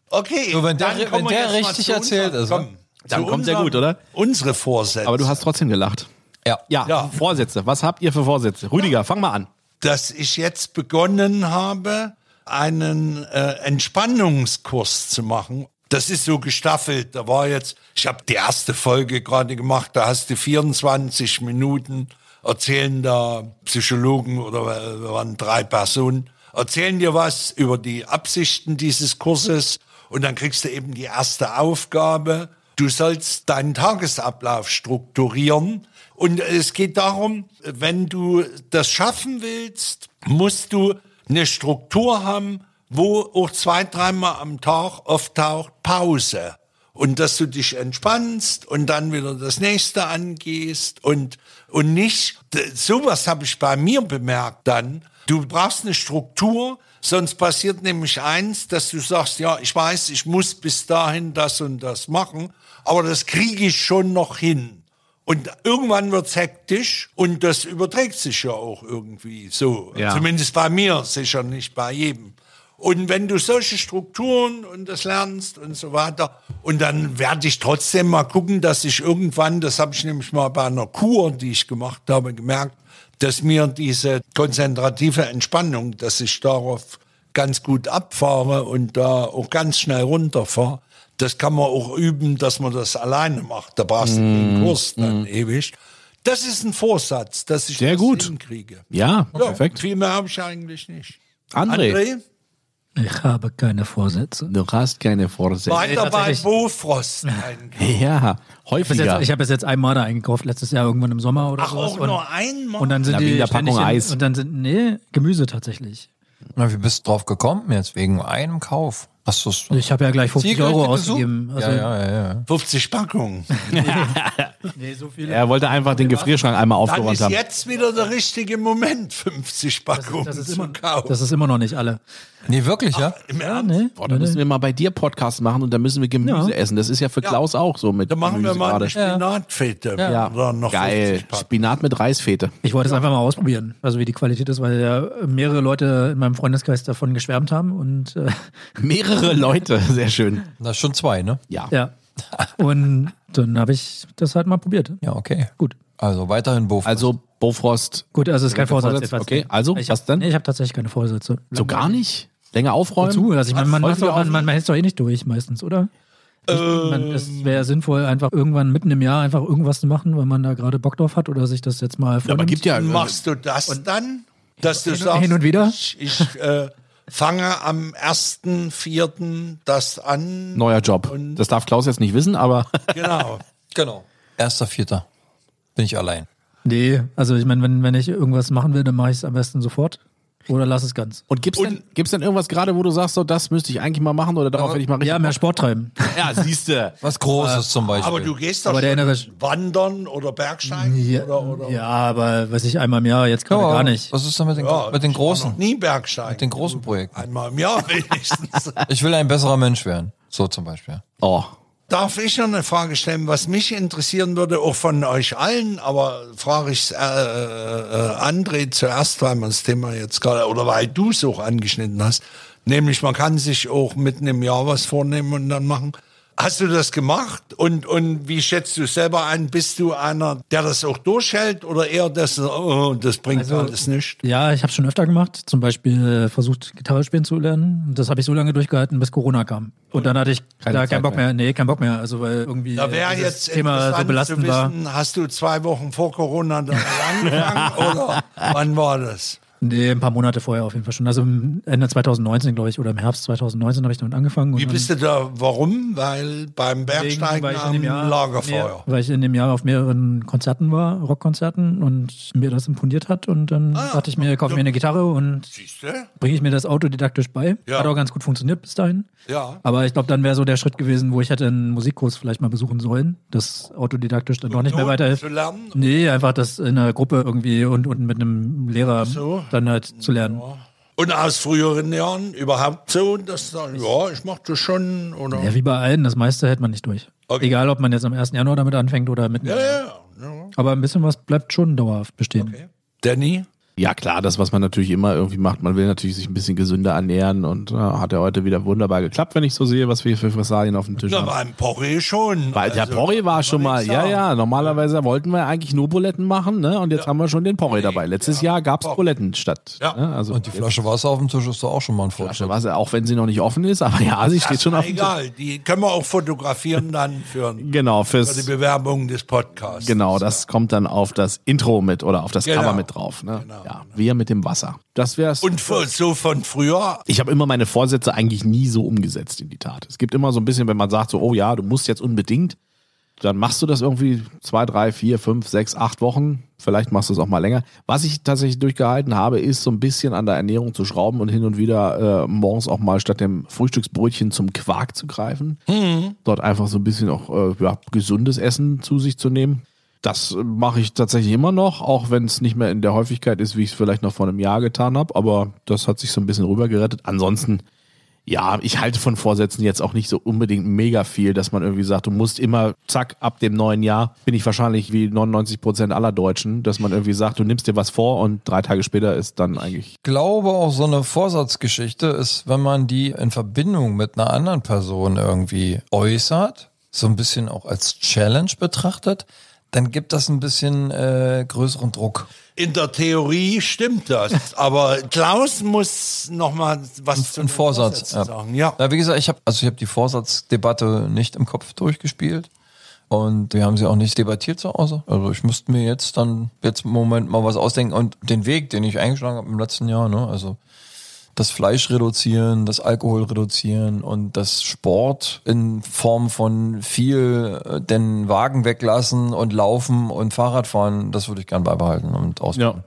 C: Okay,
B: So, wenn der-
C: dann
B: wenn
C: kommen wir
B: der
C: jetzt mal
B: richtig
C: zu
B: erzählt
C: unseren-
B: ist, ne?
C: komm,
A: Dann
C: zu
A: kommt der
C: unseren-
A: gut, oder?
C: Unsere Vorsätze.
A: Aber du hast trotzdem gelacht.
B: Ja.
A: Ja,
C: Ja.
A: Vorsätze. Was habt ihr für Vorsätze? Rüdiger, fang mal an.
C: dass ich jetzt begonnen habe, einen äh, Entspannungskurs zu machen. Das ist so gestaffelt. Da war jetzt, ich habe die erste Folge gerade gemacht, da hast du 24 Minuten erzählender Psychologen oder äh, wir waren drei Personen, erzählen dir was über die Absichten dieses Kurses und dann kriegst du eben die erste Aufgabe. Du sollst deinen Tagesablauf strukturieren. Und es geht darum, wenn du das schaffen willst, musst du eine Struktur haben, wo auch zwei, dreimal am Tag auftaucht Pause. Und dass du dich entspannst und dann wieder das nächste angehst und, und nicht, d- sowas habe ich bei mir bemerkt dann. Du brauchst eine Struktur, sonst passiert nämlich eins, dass du sagst, ja, ich weiß, ich muss bis dahin das und das machen, aber das kriege ich schon noch hin. Und irgendwann wird's hektisch und das überträgt sich ja auch irgendwie so.
A: Ja.
C: Zumindest bei mir, sicher nicht bei jedem. Und wenn du solche Strukturen und das lernst und so weiter, und dann werde ich trotzdem mal gucken, dass ich irgendwann, das habe ich nämlich mal bei einer Kur, die ich gemacht habe, gemerkt, dass mir diese konzentrative Entspannung, dass ich darauf ganz gut abfahre und da auch ganz schnell runterfahre, das kann man auch üben, dass man das alleine macht. Da brauchst du
A: Mm.
C: den Kurs dann ewig. Das ist ein Vorsatz, dass ich
A: Sehr
C: das
A: gut.
C: hinkriege.
A: Ja,
C: Ja,
A: perfekt.
C: Viel mehr habe ich eigentlich nicht. Äh,
A: André.
D: Ich habe keine Vorsätze.
A: Du hast keine Vorsätze.
C: weiter bei
D: tatsächlich.
C: Bofrost. eigentlich.
A: Ja,
D: Ich habe
A: häufiger.
D: jetzt, ich hab bis jetzt einmal da eingekauft, letztes Jahr irgendwann im Sommer oder
C: Ach,
D: sowas.
C: auch
D: und,
C: nur einmal.
D: und dann sind
A: Na, wegen
D: die
A: der
D: ständig
A: Packung
D: in-
A: Eis.
D: Und dann sind, nee, Gemüse tatsächlich.
B: Na, wie bist du drauf gekommen jetzt? Wegen einem Kauf? Hast du es
D: Ich habe ja gleich 50 Euro ausgegeben. Also,
B: Ja, ja, ja, ja.
C: 50 Packungen.
D: Nee, so viele.
A: er wollte einfach den Gefrierschrank einmal
C: Dann
A: aufgeräumt
C: ist
A: haben.
C: jetzt wieder der richtige Moment, 50 Packungen
D: das, ist
C: zu
D: immer,
C: kaufen.
D: das ist immer noch nicht alle.
B: Nee, wirklich, ja?
C: Im Ernst?
D: Nee?
A: Boah, Oh, da müssen wir mal bei dir Podcast machen und da müssen wir Gemüse essen. Das ist ja für Klaus auch so mit
C: Da machen wir
A: Gemüse
C: mal eine
A: gerade.
C: Spinatfete.
A: Ja,
C: Oder noch
A: geil.
C: 50 Packungen.
A: Spinat mit Reisfete.
D: Ich wollte es einfach mal ausprobieren, also wie die Qualität ist, weil ja mehrere Leute in meinem Freundeskreis davon geschwärmt haben und äh,
A: Mehrere Leute, sehr schön.
B: Das ist schon zwei, ne?
A: Ja.
D: ja. Und dann habe ich das halt mal probiert.
B: Ja, okay.
D: Gut.
B: Also weiterhin Bofrost.
A: Also Bofrost,
D: Gut, also es ist kein Vorsatz.
A: Vorsatz?
D: jedenfalls
A: Okay,
D: nicht.
A: also,
D: ich
A: was
D: hab-
A: dann?
D: Nee, ich habe tatsächlich keine Vorsätze.
A: so gar nicht? Länger aufräumen?
D: Zu, also ich meine, man, macht
A: Häufiger
D: doch- man, man,
A: aufräumen?
D: man hält es doch eh nicht durch meistens, oder? Ich,
A: Ähm.
D: man, es wäre sinnvoll, einfach irgendwann mitten im Jahr einfach irgendwas zu machen, wenn man da gerade Bock drauf hat oder sich das jetzt mal vornimmt.
A: aber gibt ja äh,
C: Machst du das dann, dass du
D: hin und-
C: sagst,
D: hin und wieder?
C: ich, ich äh, fange am 1.4. das an.
A: neuer Job. Das darf Klaus jetzt nicht wissen, aber
C: Genau.
B: genau. Erster, vierter. Bin ich allein.
D: Nee, also ich meine, wenn, wenn ich irgendwas machen will, dann mache ich es am besten sofort oder lass es ganz.
A: Und gibt's denn, gibt's denn irgendwas gerade, wo du sagst, so das müsste ich eigentlich mal machen oder darauf hätte ich mal richtig.
D: Ja, mehr Sport treiben.
A: ja siehste.
B: Was Großes zum Beispiel.
C: Aber du gehst doch
D: Aber der
C: schon
D: innere Sch-
C: wandern oder Bergsteigen
D: Ja,
C: oder, oder
D: ja aber weiß ich, einmal im Jahr, jetzt gerade
B: Ja,
D: gar nicht.
B: Was ist denn mit den,
C: Ja,
B: mit den
C: ich war noch
B: großen?
C: nie Bergsteigen.
B: Mit den großen Projekten.
C: Einmal im Jahr wenigstens.
B: Ich will ein besserer Mensch werden. So zum Beispiel.
A: Oh.
C: Darf ich noch eine Frage stellen, was mich interessieren würde, auch von euch allen, aber frage ich äh, äh, André zuerst, weil man das Thema jetzt gerade, oder weil du es auch angeschnitten hast, nämlich man kann sich auch mitten im Jahr was vornehmen und dann machen. Hast du das gemacht und, und wie schätzt du selber ein? Bist du einer, der das auch durchhält oder eher das, oh, das bringt alles nicht?
D: Ja, ich habe schon öfter gemacht. Zum Beispiel äh, versucht, Gitarre spielen zu lernen. Das habe ich so lange durchgehalten, bis Corona kam. Und dann hatte ich da keinen
A: Zeit
D: Bock mehr. Nee, keinen Bock mehr. Also weil irgendwie
C: Da wäre
D: äh, dieses
C: jetzt
D: Thema so
C: interessant
D: belastend
C: zu
D: war.
C: wissen, hast du zwei Wochen vor Corona dann angefangen oder wann war das?
D: Nee, ein paar Monate vorher auf jeden Fall schon. Also im Ende 2019, glaube ich, oder im Herbst 2019 habe ich damit angefangen. Und
C: Wie bist du da? Warum? Weil beim Bergsteigen
D: Mhm. weil ich in
C: am
D: dem Jahr
C: Lagerfeuer.
D: Weil ich in dem Jahr auf mehreren Konzerten war, Rockkonzerten, und mir das imponiert hat. Und dann
C: Ah
D: dachte ich mir, kauf mir eine Gitarre und
C: Siehst du?
D: bringe ich mir das autodidaktisch bei.
C: Ja.
D: Hat auch ganz gut funktioniert bis dahin.
C: Ja.
D: Aber ich glaube, dann wäre so der Schritt gewesen, wo ich hätte einen Musikkurs vielleicht mal besuchen sollen, das autodidaktisch dann doch nicht mehr
C: Noten
D: weiterhilft.
C: zu lernen?
D: Nee, einfach das in einer Gruppe irgendwie und, und mit einem Lehrer dann halt zu lernen.
C: Und aus früheren Jahren überhaupt so, dass du sagst, ja, ich mach das schon oder.
D: Ja, wie bei allen, das meiste hält man nicht durch.
C: Okay.
D: Egal, ob man jetzt am 1. Januar damit anfängt oder mitten.
C: Ja, ja, ja.
D: Aber ein bisschen was bleibt schon dauerhaft bestehen.
C: Danny?
A: Ja klar, das, was man natürlich immer irgendwie macht, man will natürlich sich ein bisschen gesünder ernähren und ja, hat ja heute wieder wunderbar geklappt, wenn ich so sehe, was wir für Fressalien auf dem Tisch
C: Na,
A: haben.
C: beim Porree schon. Also,
A: Weil der Porree war schon mal,
C: ich
A: ja,
C: sagen.
A: ja, normalerweise wollten wir eigentlich nur Buletten machen, ne? Und jetzt haben wir schon den Porree dabei. Letztes Jahr gab's Buletten statt.
C: Ja.
A: Ne? Also
B: Und die Flasche Wasser auf dem Tisch ist doch auch schon mal ein Fortschritt.
A: was, auch wenn sie noch nicht offen ist, aber ja, sie steht schon auf dem Tisch.
C: Egal, die können wir auch fotografieren dann für, für
A: Genau,
C: die
A: fürs,
C: Bewerbung des Podcasts.
A: Genau, das kommt dann auf das Intro mit oder auf das
C: Genau.
A: Cover mit drauf. Ne? ja, wir mit dem Wasser. Das wär's.
C: Und für, so von früher,
A: ich habe immer meine Vorsätze eigentlich nie so umgesetzt in die Tat. Es gibt immer so ein bisschen, wenn man sagt so, oh ja, du musst jetzt unbedingt, dann machst du das irgendwie zwei, drei, vier, fünf, sechs, acht Wochen. Vielleicht machst du es auch mal länger. Was ich tatsächlich durchgehalten habe, ist so ein bisschen an der Ernährung zu schrauben und hin und wieder äh, morgens auch mal statt dem Frühstücksbrötchen zum Quark zu greifen. Dort einfach so ein bisschen auch äh, ja, gesundes Essen zu sich zu nehmen. Das äh, mache ich tatsächlich immer noch, auch wenn es nicht mehr in der Häufigkeit ist, wie ich es vielleicht noch vor einem Jahr getan habe. Aber das hat sich so ein bisschen rübergerettet. Ansonsten Ja, ich halte von Vorsätzen jetzt auch nicht so unbedingt mega viel, dass man irgendwie sagt, du musst immer, zack, ab dem neuen Jahr bin ich wahrscheinlich wie 99 Prozent aller Deutschen, dass man irgendwie sagt, du nimmst dir was vor und drei Tage später ist dann eigentlich.
B: glaube auch so eine Vorsatzgeschichte ist, wenn man die in Verbindung mit einer anderen Person irgendwie äußert, so ein bisschen auch als Challenge betrachtet, dann gibt das ein bisschen äh, größeren Druck.
C: In der Theorie stimmt das, aber Klaus muss noch mal was zu
B: Ein
C: den
B: Vorsatz.
C: Vorsätzen sagen. Ja.
B: Na, wie gesagt, ich habe also ich habe die Vorsatzdebatte nicht im Kopf durchgespielt und wir haben sie auch nicht debattiert zu Hause. Also ich müsste mir jetzt dann jetzt im Moment mal was ausdenken und den Weg, den ich eingeschlagen habe im letzten Jahr, ne, also das Fleisch reduzieren, das Alkohol reduzieren und das Sport in Form von viel äh, den Wagen weglassen und laufen und Fahrradfahren, das würde ich gern beibehalten und ausbauen.
A: Ja.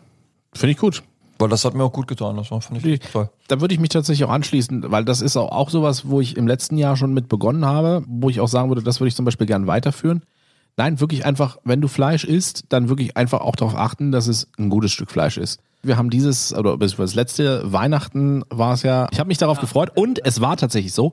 A: Finde ich gut.
B: Weil das hat mir auch gut getan, das war fand ich toll.
A: Da würde ich mich tatsächlich auch anschließen, weil das ist auch, auch sowas, wo ich im letzten Jahr schon mit begonnen habe, wo ich auch sagen würde, das würde ich zum Beispiel gern weiterführen. Nein, wirklich einfach, wenn du Fleisch isst, dann wirklich einfach auch darauf achten, dass es ein gutes Stück Fleisch ist. Wir haben dieses, oder beziehungsweise das letzte Weihnachten war es ja, ich habe mich darauf gefreut und es war tatsächlich so,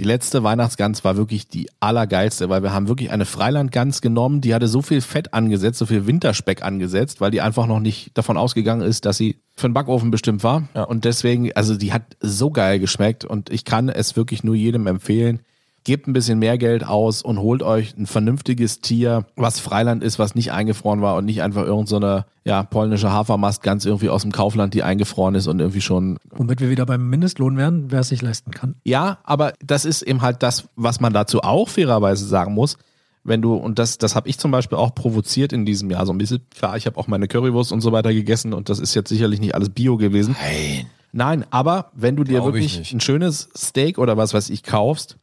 A: die letzte Weihnachtsgans war wirklich die allergeilste, weil wir haben wirklich eine Freilandgans genommen, die hatte so viel Fett angesetzt, so viel Winterspeck angesetzt, weil die einfach noch nicht davon ausgegangen ist, dass sie für den Backofen bestimmt war. Und deswegen, also die hat so geil geschmeckt und ich kann es wirklich nur jedem empfehlen. Gebt ein bisschen mehr Geld aus und holt euch ein vernünftiges Tier, was Freiland ist, was nicht eingefroren war und nicht einfach irgendeine so eine, ja, polnische Hafermast ganz irgendwie aus dem Kaufland, die eingefroren ist und irgendwie schon
D: Womit wir wieder beim Mindestlohn wären, wer es sich leisten kann.
A: ja, aber das ist eben halt das, was man dazu auch fairerweise sagen muss. Wenn du, und das, das habe ich zum Beispiel auch provoziert in diesem Jahr so ein bisschen. Klar, ich habe auch meine Currywurst und so weiter gegessen und das ist jetzt sicherlich nicht alles Bio gewesen.
B: Nein.
A: Nein, aber wenn du dir
B: Glaub ich
A: wirklich
B: nicht.
A: ein schönes Steak oder was weiß ich kaufst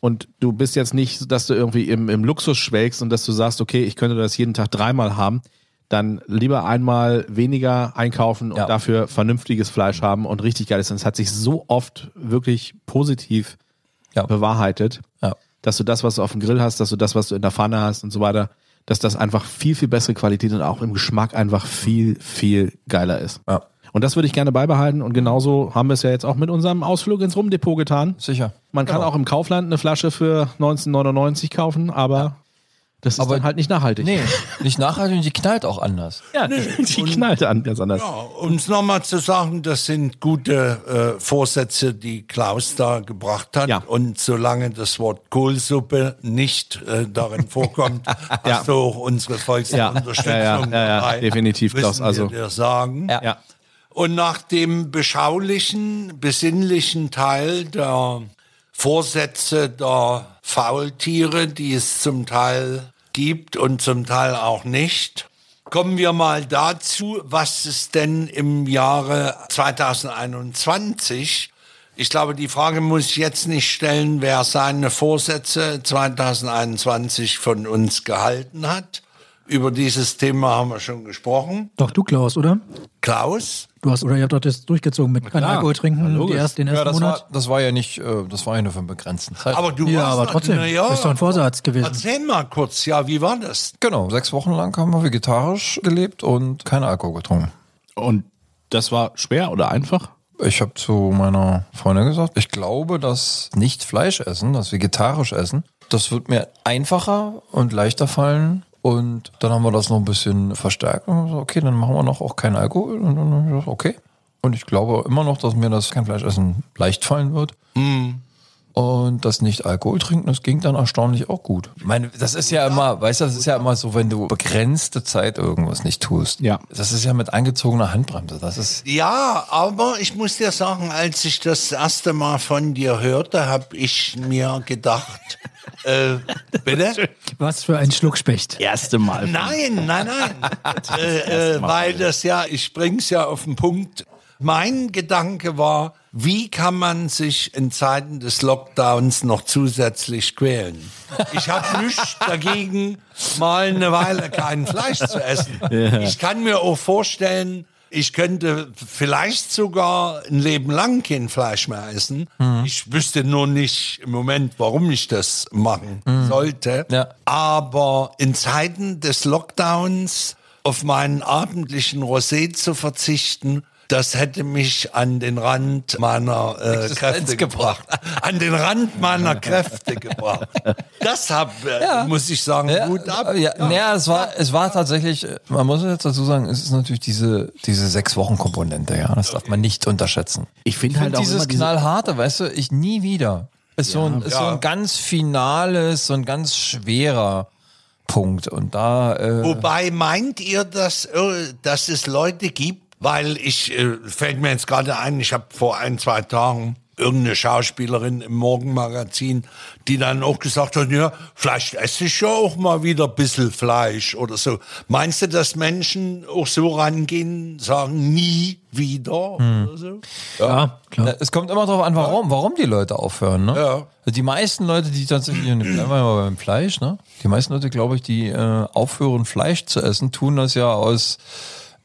A: und du bist jetzt nicht, dass du irgendwie im, im Luxus schwelgst und dass du sagst, okay, ich könnte das jeden Tag dreimal haben, dann lieber einmal weniger einkaufen und
B: Ja.
A: dafür vernünftiges Fleisch haben und richtig geiles. Und es hat sich so oft wirklich positiv
B: Ja.
A: bewahrheitet,
B: Ja.
A: dass du das, was du auf dem Grill hast, dass du das, was du in der Pfanne hast und so weiter, dass das einfach viel, viel bessere Qualität und auch im Geschmack einfach viel, viel geiler ist.
B: Ja.
A: Und das würde ich gerne beibehalten und genauso haben wir es ja jetzt auch mit unserem Ausflug ins Rumdepot getan.
B: Sicher.
A: Man kann
B: Genau.
A: auch im Kaufland eine Flasche für 19,99 kaufen, aber das ist
B: Aber-
A: dann halt nicht nachhaltig.
B: Nee, nicht nachhaltig und die knallt auch anders.
A: Ja, die knallt an, ganz anders.
C: Ja, um es nochmal zu sagen, das sind gute äh, Vorsätze, die Klaus da gebracht hat.
A: Ja.
C: Und solange das Wort Kohlsuppe nicht äh, darin vorkommt, hast du auch unsere
A: Ja.
C: Volksunterstützung
A: Ja, ja, ja, ja,
C: dabei.
A: definitiv,
C: Müssen
A: Klaus, also-
C: wir dir sagen.
B: Ja.
A: Ja.
C: Und nach dem beschaulichen, besinnlichen Teil der Vorsätze der Faultiere, die es zum Teil gibt und zum Teil auch nicht, kommen wir mal dazu, was es denn im Jahre 2021 ich glaube, die Frage muss ich jetzt nicht stellen, wer seine Vorsätze 2021 von uns gehalten hat. Über dieses Thema haben wir schon gesprochen.
D: Doch du, Klaus, oder?
C: Klaus,
D: Du hast, oder ihr habt doch das durchgezogen mit kein Alkohol trinken, die erst, den ersten
B: Ja, das
D: Monat.
B: war, das war ja nicht, äh, das war ja nur für einen begrenzten Zeit.
C: Aber du
D: Ja,
C: warst
D: aber
C: doch-
D: trotzdem.
C: na ja.
D: Ist doch ein Vorsatz gewesen.
C: Erzähl mal kurz, ja, wie war das?
B: genau, sechs Wochen lang haben wir vegetarisch gelebt und keinen Alkohol getrunken.
A: Und das war schwer oder einfach?
B: Ich habe zu meiner Freundin gesagt, ich glaube, das nicht Fleisch essen, das vegetarisch essen, das wird mir einfacher und leichter fallen. Und dann haben wir das noch ein bisschen verstärkt. Und so, okay, dann machen wir noch auch keinen Alkohol. Und dann hab ich gesagt, okay. Und ich glaube immer noch, dass mir das kein Fleisch essen leicht fallen wird. Mm. Und das nicht Alkohol trinken, das ging dann erstaunlich auch gut. Ich meine, das ist ja immer, weißt du, das ist ja immer so, wenn du begrenzte Zeit irgendwas nicht tust.
A: Ja.
B: Das ist ja mit angezogener Handbremse. Das ist
C: Ja, aber ich muss dir sagen, als ich das erste Mal von dir hörte, habe ich mir gedacht, äh, bitte?
D: Was für ein Schluckspecht.
A: Erste Mal.
C: Nein, nein, nein. äh, äh, weil das ja, ich bring's ja auf den Punkt. Mein Gedanke war, wie kann man sich in Zeiten des Lockdowns noch zusätzlich quälen? Ich habe nichts dagegen, mal eine Weile kein Fleisch zu essen. Ich kann mir auch vorstellen, ich könnte vielleicht sogar ein Leben lang kein Fleisch mehr essen. Ich wüsste nur nicht im Moment, warum ich das machen sollte.
B: Ja.
C: Aber in Zeiten des Lockdowns auf meinen abendlichen Rosé zu verzichten, Das hätte mich an den Rand meiner äh,
B: Existenz
C: Kräfte gebracht. An den Rand meiner Kräfte gebracht. Das hab, äh, muss ich sagen, gut ab.
B: Ja, Naja, es war, es war tatsächlich, äh, man muss jetzt dazu sagen, es ist natürlich diese, diese sechs Wochen Komponente, ja. Das darf man nicht unterschätzen.
A: Ich finde
B: Ich
A: halt
B: find
A: auch
B: dieses
A: immer diese,
B: knallharte, weißt du, ich nie wieder. Ist, so, ein, ist so ein ganz finales, so ein ganz schwerer Punkt. Und da, äh,
C: Wobei meint ihr, dass, äh, dass es Leute gibt, weil ich, äh, fällt mir jetzt gerade ein, ich habe vor ein, zwei Tagen irgendeine Schauspielerin im Morgenmagazin, die dann auch gesagt hat, ja, vielleicht esse ich ja auch mal wieder ein bisschen Fleisch oder so. Meinst du, dass Menschen auch so rangehen, sagen nie wieder
B: Hm.
C: oder so?
D: Ja, klar.
B: es kommt immer darauf an, warum, warum die Leute aufhören, ne?
C: Ja.
B: Die meisten Leute, die tatsächlich, bleiben wir mal beim Fleisch, ne? Die meisten Leute, glaube ich, die äh, aufhören, Fleisch zu essen, tun das ja aus,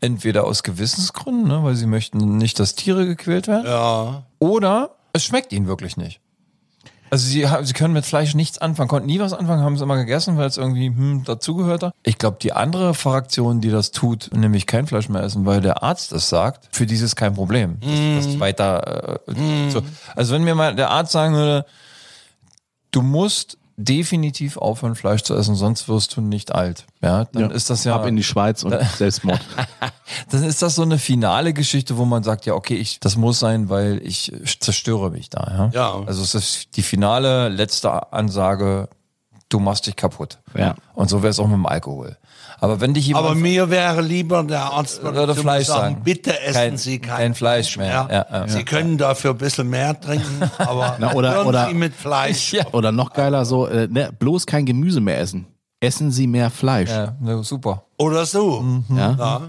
B: entweder aus Gewissensgründen, ne? Weil sie möchten nicht, dass Tiere gequält werden.
C: Ja.
B: Oder es schmeckt ihnen wirklich nicht. Also sie, ha- sie können mit Fleisch nichts anfangen, konnten nie was anfangen, haben es immer gegessen, weil es irgendwie hm, dazugehörte. Ich glaube, die andere Fraktion, die das tut, nämlich kein Fleisch mehr essen, weil der Arzt es sagt, für die ist es kein Problem. Das, das weiter, äh, so. Also wenn mir mal der Arzt sagen würde, du musst definitiv aufhören, Fleisch zu essen, sonst wirst du nicht alt. Ja, dann ist das ja
A: ab in die Schweiz und Selbstmord.
B: dann ist das so eine finale Geschichte, wo man sagt, ja, okay, ich, das muss sein, weil ich äh, zerstöre mich da. Ja.
C: Ja.
B: Also es ist die finale, letzte Ansage, du machst dich kaputt.
A: Ja.
B: Und so wäre es auch mit dem Alkohol. Aber wenn dich jemand
C: Aber mir wäre lieber der Arzt
B: würde
C: zu mir
B: Fleisch sagen,
C: bitte essen
B: kein,
C: Sie kein,
B: kein Fleisch mehr.
C: Ja.
B: Ja, ja.
C: Sie können dafür ein bisschen mehr trinken, aber
A: Na, oder-
C: hören
A: oder-
C: Sie mit Fleisch.
A: Oder noch geiler so, äh, ne, bloß kein Gemüse mehr essen. Essen Sie mehr Fleisch.
B: Ja, na, super.
C: Oder so.
A: Ja?
C: Ja.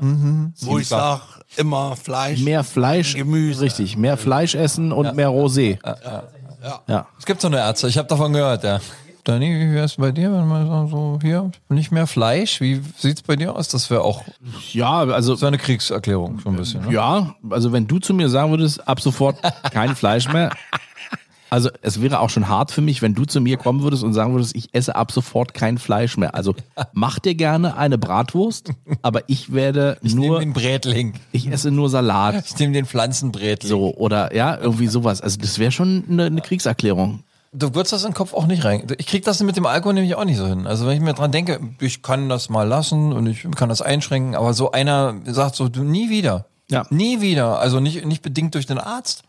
C: Wo ich sage, immer Fleisch.
A: Mehr Fleisch,
C: Gemüse.
A: richtig, mehr Fleisch essen und mehr Rosé. Ja.
B: Es gibt so eine Ärzte, ich habe davon gehört, ja. Dani, wie wär's bei dir, wenn man so- so hier nicht mehr Fleisch? Wie sieht's bei dir aus? Das wäre auch
A: ja, also
B: so eine Kriegserklärung so ein bisschen. Ne?
A: Ja, also wenn du zu mir sagen würdest, ab sofort kein Fleisch mehr. Also es wäre auch schon hart für mich, wenn du zu mir kommen würdest und sagen würdest, ich esse ab sofort kein Fleisch mehr. Also mach dir gerne eine Bratwurst, aber ich werde
B: Nimm
A: nur,
B: den Brätling,
A: ich esse nur Salat.
B: ich nehme den Pflanzenbrätling.
A: So, oder ja, irgendwie sowas. Also das wäre schon eine, eine Kriegserklärung.
B: Du würdest das in den Kopf auch nicht rein. Ich krieg das mit dem Alkohol nämlich auch nicht so hin. Also wenn ich mir dran denke, ich kann das mal lassen und ich kann das einschränken, aber so einer sagt so, du nie wieder.
A: Ja.
B: Nie wieder. Also nicht, nicht bedingt durch den Arzt.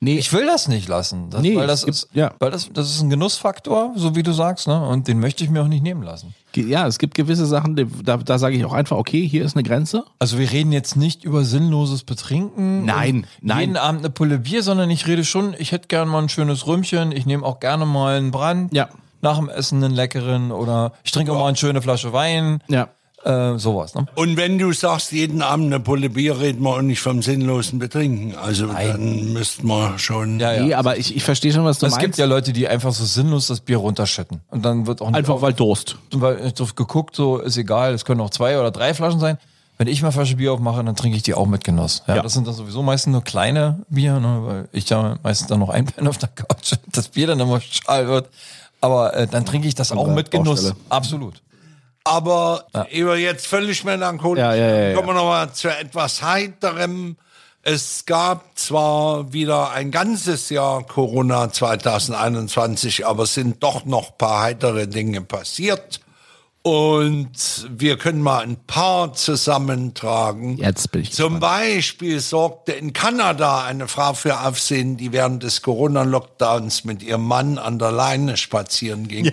A: Nee,
B: Ich will das nicht lassen. Das,
A: Nee,
B: weil das
A: es gibt-
B: ist,
A: ja.
B: weil das, das ist ein Genussfaktor, so wie du sagst, ne? Und den möchte ich mir auch nicht nehmen lassen.
A: ja, es gibt gewisse Sachen, die, da, da sage ich auch einfach, okay, hier ist eine Grenze.
B: Also wir reden jetzt nicht über sinnloses Betrinken.
A: Nein,
B: und
A: nein.
B: Jeden Abend eine Pulle Bier, sondern ich rede schon, ich hätte gern mal ein schönes Rühmchen, ich nehme auch gerne mal einen Brand.
A: Ja.
B: Nach dem Essen einen leckeren oder ich trinke auch mal eine schöne Flasche Wein.
A: Ja.
B: Äh, sowas, ne?
C: Und wenn du sagst, jeden Abend eine Pulle Bier reden wir und nicht vom sinnlosen Betrinken. Also dann müssten wir schon.
B: Ja, ja.
A: Nee, aber ich, ich verstehe schon, was du
B: es
A: meinst.
B: gibt ja Leute, die einfach so sinnlos das Bier runterschütten. Und dann wird auch nicht
A: einfach weil Durst.
B: weil ich drauf geguckt, so ist egal, es können auch zwei oder drei Flaschen sein. Wenn ich mal eine Flasche Bier aufmache, dann trinke ich die auch mit Genuss. Ja,
A: Ja.
B: Das sind dann sowieso meistens nur kleine Bier, ne, weil ich ja meistens dann noch einpenne auf der Couch, das Bier dann immer schal wird. Aber äh, dann trinke ich das auch
A: der
B: mit Genuss.
A: Baustelle.
B: Absolut.
C: Aber über jetzt völlig melancholisch.
A: Ja, ja, ja, ja.
C: Kommen wir nochmal zu etwas Heiterem. Es gab zwar wieder ein ganzes Jahr Corona 2021, aber es sind doch noch ein paar heitere Dinge passiert. Und wir können mal ein paar zusammentragen.
A: Jetzt bin ich.
C: Zum Beispiel sorgte in Kanada eine Frau für Aufsehen, die während des Corona-Lockdowns mit ihrem Mann an der Leine spazieren ging.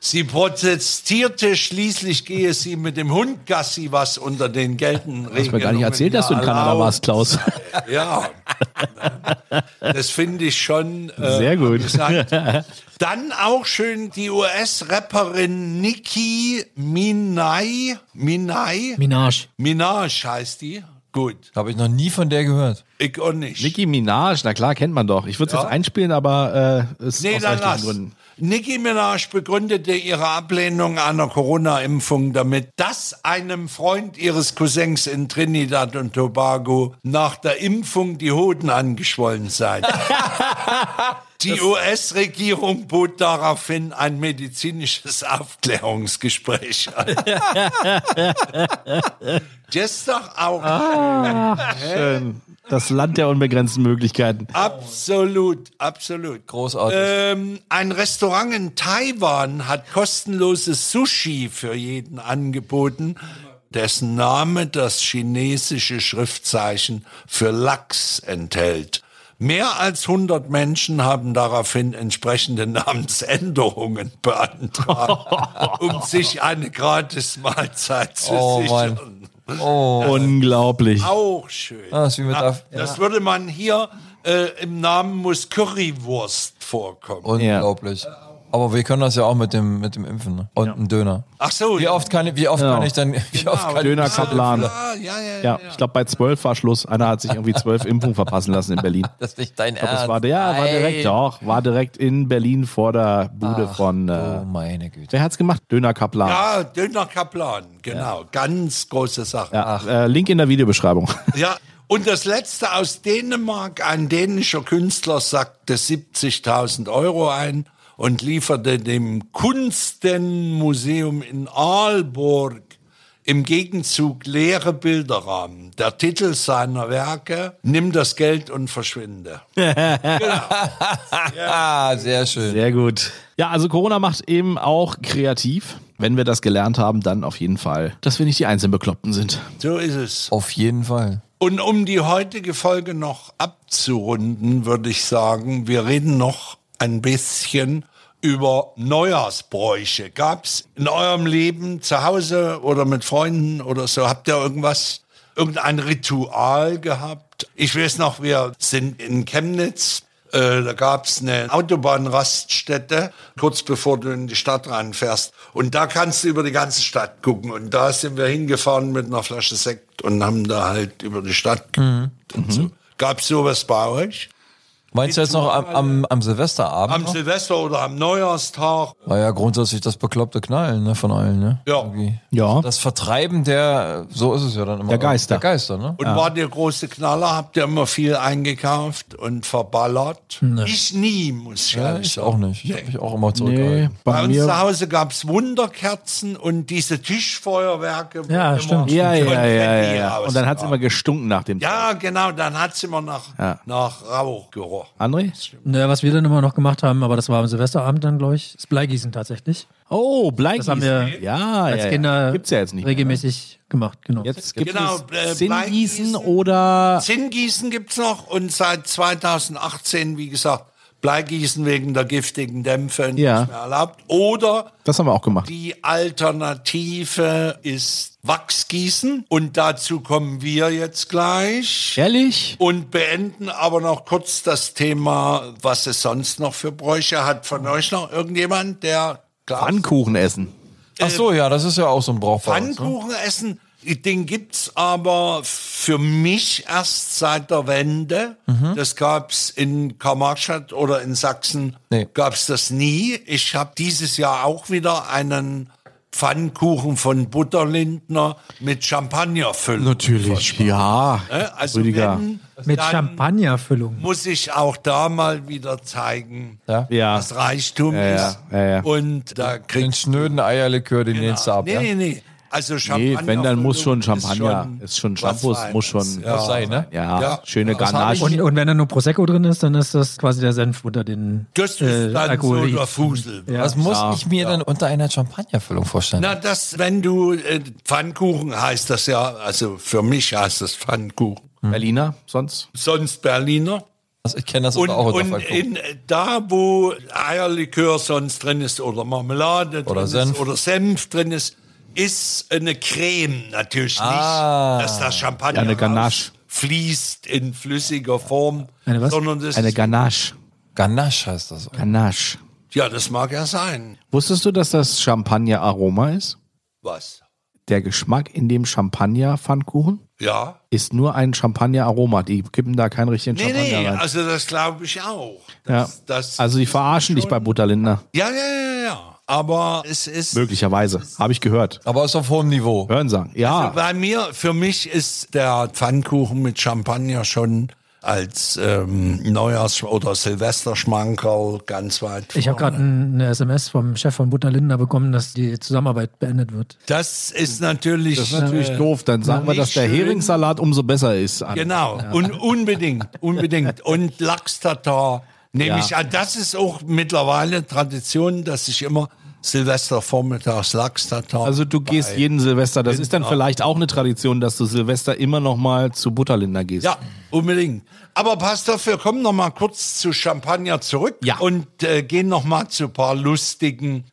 C: Sie protestierte, schließlich gehe sie mit dem Hund Gassi, was unter den geltenden Regeln.
A: Hast mir gar nicht erzählt, dass du in Kanada warst, Klaus.
C: Ja, das finde ich schon äh,
A: Sehr gut.
C: amüsant. Dann auch schön die US-Rapperin Nicki Minaj. Minaj?
D: Minaj.
C: Minaj heißt die. Gut,
B: Habe ich noch nie von der gehört.
C: ich auch nicht.
A: Nicki Minaj, na klar, kennt man doch. Ich würde es jetzt einspielen, aber äh, es ist
C: Nee,
A: aus
C: dann
A: rechtlichen
C: lass.
A: Gründen.
C: Nicki Minaj begründete ihre Ablehnung einer Corona-Impfung damit, dass einem Freund ihres Cousins in Trinidad und Tobago nach der Impfung die Hoden angeschwollen seien. Die US-Regierung bot daraufhin ein medizinisches Aufklärungsgespräch an.
A: Ah.
C: Das ist doch auch.
A: Schön. Ähm, Das Land der unbegrenzten Möglichkeiten.
C: Ah, Absolut, absolut.
B: Großartig.
C: Ähm, ein Restaurant in Taiwan hat kostenloses Sushi für jeden angeboten, dessen Name das chinesische Schriftzeichen für Lachs enthält. Mehr als 100 Menschen haben daraufhin entsprechende Namensänderungen beantragt, um sich eine Gratismahlzeit zu
B: Oh, Mann.
C: sichern.
A: Unglaublich.
C: Auch schön.
B: Ah, das ist wie mit der,
C: Das würde man hier äh, im Namen muss Currywurst vorkommen.
B: Unglaublich. Aber wir können das ja auch mit dem, mit dem Impfen ne? und einem Döner.
C: Ach so,
B: Wie oft kann ich, wie oft
A: Ja. Genau.
B: kann ich dann, wie oft kann
A: Döner Kaplan.
C: Ah, ja, ja,
A: Ja, ich glaube, bei zwölf war Schluss. Einer hat sich irgendwie zwölf Impfungen verpassen lassen in Berlin.
B: das ist nicht dein
A: Ich glaub,
B: Ernst?
A: das war der, war direkt,
B: Nein.
A: doch, war direkt in Berlin vor der Bude von. Äh,
B: Oh meine Güte.
A: wer hat's gemacht? Döner Kaplan.
C: ja, Ah, Döner Kaplan, genau. Ganz große Sache. Ja.
A: Ja, äh, Link in der Videobeschreibung.
C: Und das letzte aus Dänemark, ein dänischer Künstler sackte 70.000 Euro ein und lieferte dem Kunstenmuseum in Aalborg im Gegenzug leere Bilderrahmen. Der Titel seiner Werke, Nimm das Geld und verschwinde.
B: Ah, sehr schön.
A: Sehr gut. Ja, also Corona macht eben auch kreativ. Wenn wir das gelernt haben, dann auf jeden Fall, dass wir nicht die einzelnen Bekloppten sind.
C: So ist es.
B: Auf jeden Fall.
C: Und um die heutige Folge noch abzurunden, würde ich sagen, wir reden noch ein bisschen über Neujahrsbräuche. Gab's in eurem Leben zu Hause oder mit Freunden oder so, habt ihr irgendwas, irgendein Ritual gehabt? Ich weiß noch, wir sind in Chemnitz. äh, Da gab's eine Autobahnraststätte, kurz bevor du in die Stadt reinfährst. Und da kannst du über die ganze Stadt gucken. Und da sind wir hingefahren mit einer Flasche Sekt und haben da halt über die Stadt
A: Mhm.
C: geguckt und so. Gab es sowas bei euch?
B: Meinst du jetzt noch am, am, am Silvesterabend?
C: Am
B: noch?
C: Silvester oder am Neujahrstag?
B: War ja grundsätzlich das bekloppte Knallen ne, von allen, ne?
C: Ja.
B: Irgendwie.
A: Ja.
B: Das Vertreiben der, so ist es ja dann immer.
A: Der Geister.
B: Der Geister, ne?
C: Und war der große Knaller? Habt ihr immer viel eingekauft und verballert? Ich nie, muss ich
B: Ja,
C: ehrlich
B: ich
C: sagen.
B: auch nicht. Ich habe mich auch immer
A: Nee,
B: zurückgehalten.
C: Bei
A: bei
C: uns zu
A: mir.
C: Hause gab es Wunderkerzen und diese Tischfeuerwerke. wo
D: Ja,
C: immer
D: stimmt.
A: Ja, ja,
C: Konfetti
A: ja, ja, ja.
C: rauskam.
A: Und dann hat's immer gestunken nach dem.
C: Ja, genau, dann hat es immer nach,
A: Ja.
C: nach Rauch gerochen.
A: André?
D: Naja, was wir dann immer noch gemacht haben, aber das war am Silvesterabend dann, glaube ich, ist Bleigießen tatsächlich.
A: Oh, Bleigießen.
D: Das haben wir
A: ja,
D: Als
A: ja, ja.
D: Kinder
A: Gibt's ja jetzt nicht. mehr. ne?
D: regelmäßig gemacht, genau.
A: Jetzt gibt
C: Genau, äh,
A: es Sinngießen
C: Bleigießen.
A: oder
C: Zinngießen gibt's noch und seit 2018, wie gesagt, Bleigießen wegen der giftigen Dämpfe
A: Ja.
C: nicht mehr erlaubt. Oder
A: das haben wir auch gemacht.
C: die Alternative ist Wachsgießen und dazu kommen wir jetzt gleich.
A: Ehrlich?
C: Und beenden aber noch kurz das Thema, was es sonst noch für Bräuche hat. Von euch noch irgendjemand, der Glas
A: Pfannkuchen essen.
B: Ach so, ja, das ist ja auch so ein brauchbares. Ne?
C: Pfannkuchen essen, den gibt's aber für mich erst seit der Wende.
A: Mhm.
C: Das gab's in Karl-Marx-Stadt oder in Sachsen
B: Nee.
C: gab's das nie. Ich habe dieses Jahr auch wieder einen Pfannkuchen von Butterlindner mit Champagnerfüllung.
A: Natürlich. Ja.
C: Ne? Also
A: Rüdiger.
C: wenn,
D: Mit
C: dann
D: Champagnerfüllung.
C: muss ich auch da mal wieder zeigen,
B: Ja.
A: Ja.
C: was Reichtum
A: Ja, ja,
C: ist.
A: ja, ja.
C: Und da
B: Den
C: kriegst
B: schnöden Eierlikör, den
C: du...
B: lehnst du ab.
C: Genau. Nee,
B: ja?
C: nee, nee. Also
A: Nee,
C: Champagner
A: wenn, dann muss schon
C: ist
A: Champagner.
C: schon
A: Ist schon
C: was
A: Shampoos, muss
C: Feines. Äh,
A: schon.
B: Das sei, ne?
A: Ja,
C: Ja.
A: schöne Ganache.
D: Und, und wenn da nur Prosecco drin ist, dann ist das quasi der Senf unter den
C: Das ist
D: äh,
C: dann
D: Alkohol.
C: so der Fusel.
B: Was muss ich mir dann unter einer Champagnerfüllung vorstellen?
C: Na, das, wenn du äh, Pfannkuchen heißt das ja, also für mich heißt das Pfannkuchen.
A: Berliner, sonst?
C: Sonst Berliner.
B: Also ich kenne das
C: Und,
B: unter auch unter
C: und
B: Pfannkuchen.
C: in, äh, da, wo Eierlikör sonst drin ist oder Marmelade drin
B: Oder
C: ist
B: Senf.
C: oder Senf drin ist, ist eine Creme natürlich
B: Ah.
C: nicht, dass das Champagner
A: Ja, eine Ganache.
C: fließt in flüssiger Form,
D: Eine was?
C: sondern das
A: Eine
C: ist,
A: Ganache.
B: Ganache heißt das.
A: Ganache.
C: ja, das mag ja sein.
A: Wusstest du, dass das Champagner-Aroma ist?
C: Was?
A: Der Geschmack in dem Champagner-Pfannkuchen
C: Ja.
A: ist nur ein Champagner-Aroma. Die kippen da keinen richtigen
C: Nee,
A: Champagner
C: nee,
A: rein.
C: also das glaube ich auch.
A: ja.
C: Das, das,
A: also die verarschen dich bei Butterlindner.
C: ja, ja, ja, ja. Aber es ist.
A: Möglicherweise. Habe ich gehört.
B: Aber ist auf hohem Niveau.
C: Also,
A: Hören sagen. Ja.
C: Bei mir, für mich ist der Pfannkuchen mit Champagner schon als ähm, Neujahrs- oder Silvesterschmankerl ganz weit
D: Ich habe
C: vorne.
D: gerade ein- eine SMS vom Chef von Butner Lindner bekommen, dass die Zusammenarbeit beendet wird.
C: Das ist natürlich,
A: Das ist natürlich doof. Dann sagen wir,
C: äh, nicht
A: dass der
C: schön.
A: Heringssalat umso besser ist. Anne.
C: Genau, und unbedingt, unbedingt. Und Lachs-Tatar
A: Ja.
C: nehme ich an. Das ist auch mittlerweile Tradition, dass ich immer Silvestervormittags Lachs-Tatar.
A: Also du gehst jeden Silvester. Das ist dann vielleicht auch eine Tradition, dass du Silvester immer noch mal zu Butterlinder gehst.
C: ja, unbedingt. Aber passt auf, wir kommen noch mal kurz zu Champagner zurück
A: Ja.
C: und äh, gehen noch mal zu ein paar lustigen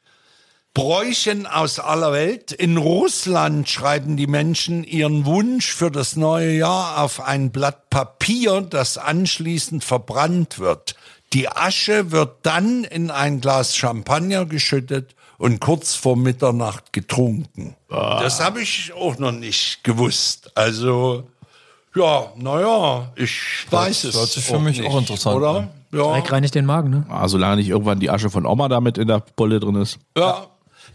C: Bräuchen aus aller Welt. In Russland schreiben die Menschen ihren Wunsch für das neue Jahr auf ein Blatt Papier, das anschließend verbrannt wird. Die Asche wird dann in ein Glas Champagner geschüttet und kurz vor Mitternacht getrunken. Das habe ich auch noch nicht gewusst. Also, ja, naja, ich weiß es.
B: hört sich für mich auch interessant
C: Oder?
B: an.
C: Ja.
D: Direkt reinigt den Magen, ne?
A: Ah, solange nicht irgendwann die Asche von Oma damit in der Pulle drin ist.
C: Ja.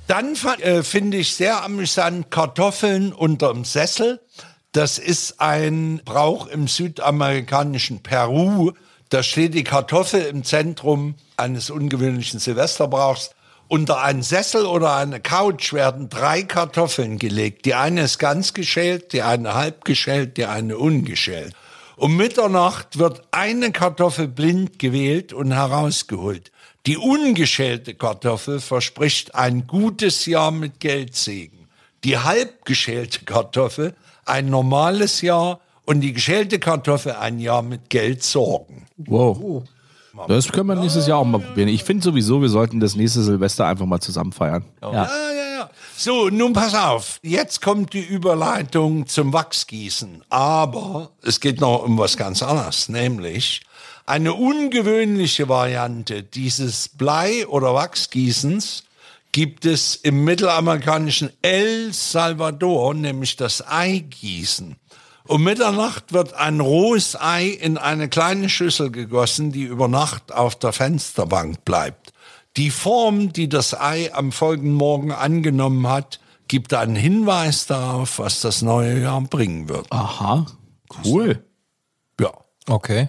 C: Dann fa- äh, finde ich sehr amüsant Kartoffeln unterm Sessel. Das ist ein Brauch im südamerikanischen Peru. Da steht die Kartoffel im Zentrum eines ungewöhnlichen Silvesterbrauchs. Unter einen Sessel oder eine Couch werden drei Kartoffeln gelegt. Die eine ist ganz geschält, die eine halb geschält, die eine ungeschält. Um Mitternacht wird eine Kartoffel blind gewählt und herausgeholt. Die ungeschälte Kartoffel verspricht ein gutes Jahr mit Geldsegen. Die halbgeschälte Kartoffel ein normales Jahr und die geschälte Kartoffel ein Jahr mit Geldsorgen. Oh.
A: Wow. Das können wir nächstes Jahr auch mal probieren. Ich finde sowieso, wir sollten das nächste Silvester einfach mal zusammen feiern. Ja.
C: Ja, ja, ja. So, nun pass auf. Jetzt kommt die Überleitung zum Wachsgießen. Aber es geht noch um was ganz anderes, nämlich eine ungewöhnliche Variante dieses Blei- oder Wachsgießens gibt es im mittelamerikanischen El Salvador, nämlich das Eigießen. Um Mitternacht wird ein rohes Ei in eine kleine Schüssel gegossen, die über Nacht auf der Fensterbank bleibt. Die Form, die das Ei am folgenden Morgen angenommen hat, gibt einen Hinweis darauf, was das neue Jahr bringen wird.
A: Aha. Cool.
C: Ja.
B: Okay.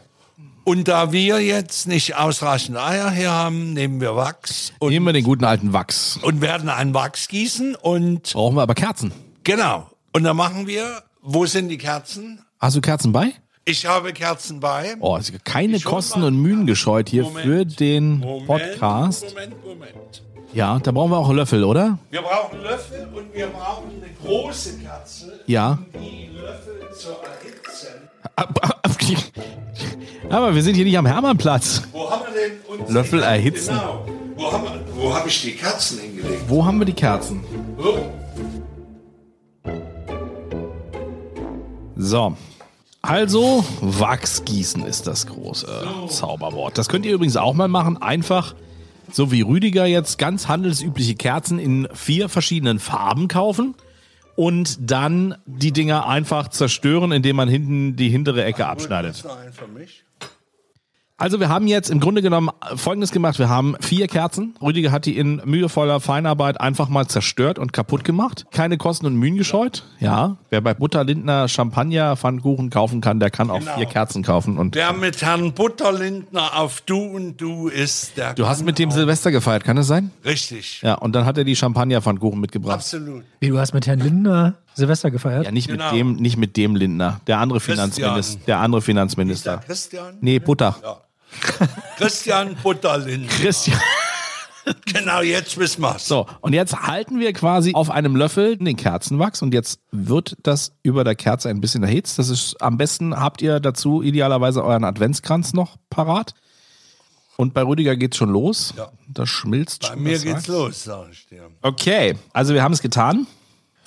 C: Und da wir jetzt nicht ausreichend Eier hier haben, nehmen wir Wachs und,
A: Nehmen wir den guten alten Wachs.
C: und werden ein Wachs gießen und
A: Brauchen wir aber Kerzen.
C: genau. Und dann machen wir, wo sind die Kerzen?
A: Hast du Kerzen bei?
C: Ich habe Kerzen bei.
A: Oh, also keine
C: schon
A: Kosten
C: mal.
A: und Mühen gescheut hier
C: Moment.
A: für den
C: Moment,
A: Podcast.
C: Moment, Moment.
A: Ja, da brauchen wir auch Löffel, oder?
C: Wir brauchen Löffel und wir brauchen eine große Kerze,
A: Ja.
C: um die Löffel zu erhitzen.
A: Ab- ab- ab- Aber wir sind hier nicht am Hermannplatz.
C: Wo haben wir denn uns
A: Löffel
C: die-
A: erhitzen.
C: Genau. Wo habe wo hab ich die Kerzen hingelegt?
A: Wo haben wir die Kerzen?
C: Oh.
A: So. Also, Wachsgießen ist das große Zauberwort. Das könnt ihr übrigens auch mal machen. Einfach, so wie Rüdiger jetzt, ganz handelsübliche Kerzen in vier verschiedenen Farben kaufen und dann die Dinger einfach zerstören, indem man hinten die hintere Ecke abschneidet.
C: Ist noch ein für mich?
A: Also wir haben jetzt im Grunde genommen äh, Folgendes gemacht. Wir haben vier Kerzen. Rüdiger hat die in mühevoller Feinarbeit einfach mal zerstört und kaputt gemacht. Keine Kosten und Mühen gescheut. Ja, wer bei Butter Lindner Champagner, Pfannkuchen kaufen kann, der kann auch
C: Genau.
A: vier Kerzen kaufen. Und
C: Wer mit Herrn Butterlindner auf Du und Du ist, der
A: du hast
C: kann
A: mit dem
C: auch-
A: Silvester gefeiert, kann es sein?
C: Richtig.
A: Ja, und dann hat er die Champagner-Pfannkuchen mitgebracht.
C: Absolut.
D: Wie, du hast mit Herrn Lindner Silvester gefeiert?
A: Ja, nicht
C: Genau.
A: mit dem, nicht mit dem Lindner. Der andere
C: Christian.
A: Finanzminister. Der andere
C: Der
A: Finanzminister.
C: Christian?
A: Nee, Butter.
C: Christian Butterlindner.
A: Christian.
C: Genau, jetzt wissen wir's.
A: So, und jetzt halten wir quasi auf einem Löffel den Kerzenwachs und jetzt wird das über der Kerze ein bisschen erhitzt. Das ist am besten, habt ihr dazu idealerweise euren Adventskranz noch parat. Und bei Rüdiger geht's schon los.
C: Ja.
A: Das schmilzt
C: Bei
A: schon.
C: mir
A: das
C: geht's
A: Wachs.
C: los, sag ich dir.
A: Okay, also wir haben es getan.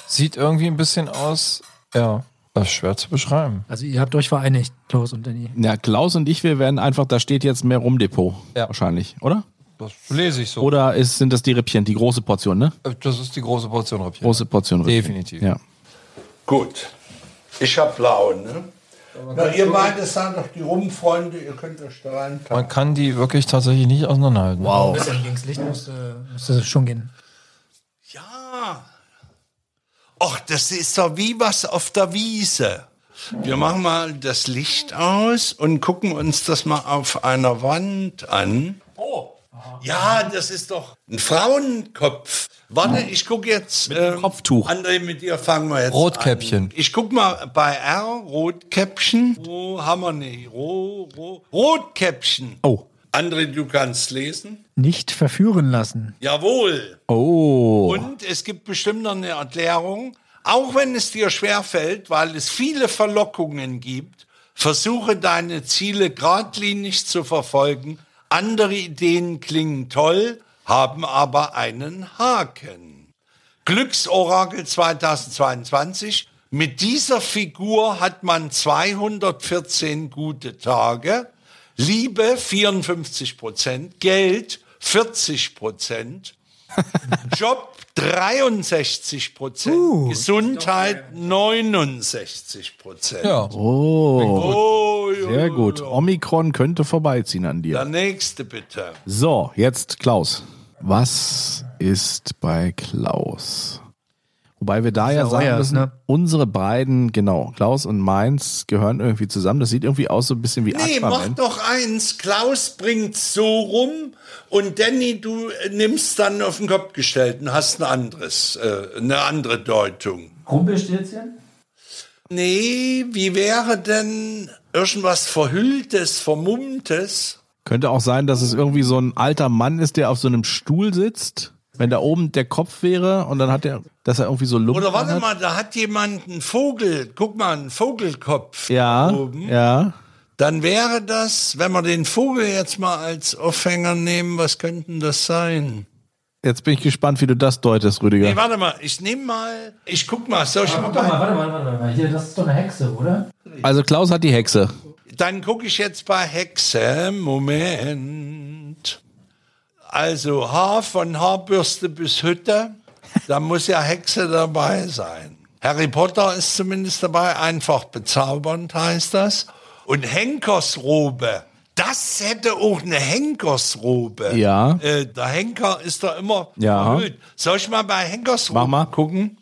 B: Sieht irgendwie ein bisschen aus. Ja. Das ist schwer zu beschreiben.
D: Also ihr habt euch vereinigt, Klaus und Danny.
A: Ja, Klaus und ich, wir werden einfach, da steht jetzt mehr Rumdepot.
B: Ja.
A: Wahrscheinlich, oder?
B: Das lese ich so. Äh,
A: Oder ist, sind das die Rippchen, die große Portion, ne?
B: das ist die große Portion Rapier.
A: Große Portion Rippchen.
B: Definitiv.
A: Ja.
C: Gut. Ich hab Laune. Na, ihr beide seid doch die Rumfreunde, ihr könnt euch da reinpacken.
B: Man kann die wirklich tatsächlich nicht auseinanderhalten.
D: Ein bisschen links Licht äh, müsste, müsste schon gehen.
C: Ja. Ach, das ist doch wie was auf der Wiese. Wir machen mal das Licht aus und gucken uns das mal auf einer Wand an. Oh. Ja, das ist doch ein Frauenkopf. Warte, ich gucke jetzt. Mit ähm,
A: Kopftuch.
C: André, mit dir fangen wir jetzt
B: Rotkäppchen.
C: An. Ich guck mal bei R, Rotkäppchen. Wo haben wir nicht? Ro, Ro, Rotkäppchen.
A: Oh.
C: André, du kannst lesen.
D: Nicht verführen lassen.
C: Jawohl.
A: Oh.
C: Und es gibt bestimmt noch eine Erklärung. Auch wenn es dir schwerfällt, weil es viele Verlockungen gibt, versuche deine Ziele geradlinig zu verfolgen. Andere Ideen klingen toll, haben aber einen Haken. Glücksorakel 2022. Mit dieser Figur hat man 214 gute Tage. Liebe 54 Prozent, Geld 40 Prozent, Job 63 Prozent,
A: Uh.
C: Gesundheit 69 Prozent.
B: Ja.
C: Oh, jo.
A: Sehr gut. Omikron könnte vorbeiziehen an dir.
C: Der nächste bitte.
A: So, jetzt Klaus. Was ist bei Klaus? Wobei wir da ja,
D: ja
A: sagen
D: euer,
A: müssen,
D: ne?
A: unsere beiden, genau, Klaus und Mainz gehören irgendwie zusammen. Das sieht irgendwie aus so ein bisschen wie
C: Nee, mach
A: Aquaman.
C: doch eins. Klaus bringt's so rum und Danny, du äh, nimmst dann auf den Kopf gestellt und hast ein anderes, äh, eine andere Deutung.
G: Rumpelstilzchen?
C: Nee, wie wäre denn irgendwas Verhülltes, Vermummtes?
A: Könnte auch sein, dass es irgendwie so ein alter Mann ist, der auf so einem Stuhl sitzt. Wenn da oben der Kopf wäre und dann hat er, dass er irgendwie so Lumpen
C: Oder warte
A: hat.
C: mal, da hat jemand einen Vogel. Guck mal, einen Vogelkopf.
A: Ja, ja.
C: Dann wäre das, wenn wir den Vogel jetzt mal als Aufhänger nehmen, was könnten das sein?
A: Jetzt bin ich gespannt, wie du das deutest, Rüdiger.
C: Nee, warte mal, ich nehme mal, ich guck mal, soll ich mal
G: Warte mal, warte mal, warte mal. Hier, das ist doch eine Hexe, oder?
A: Also Klaus hat die Hexe.
C: Dann gucke ich jetzt bei Hexe. Moment. Also Haar von Haarbürste bis Hütte. Da muss ja Hexe dabei sein. Harry Potter ist zumindest dabei. Einfach bezaubernd heißt das. Und Henkersrobe. Das hätte auch eine Henkersrobe.
A: Ja.
C: Äh, der Henker ist da immer
A: Ja.
C: verhüllt. Soll ich mal bei Henkersrobe
A: Mach mal.
C: gucken?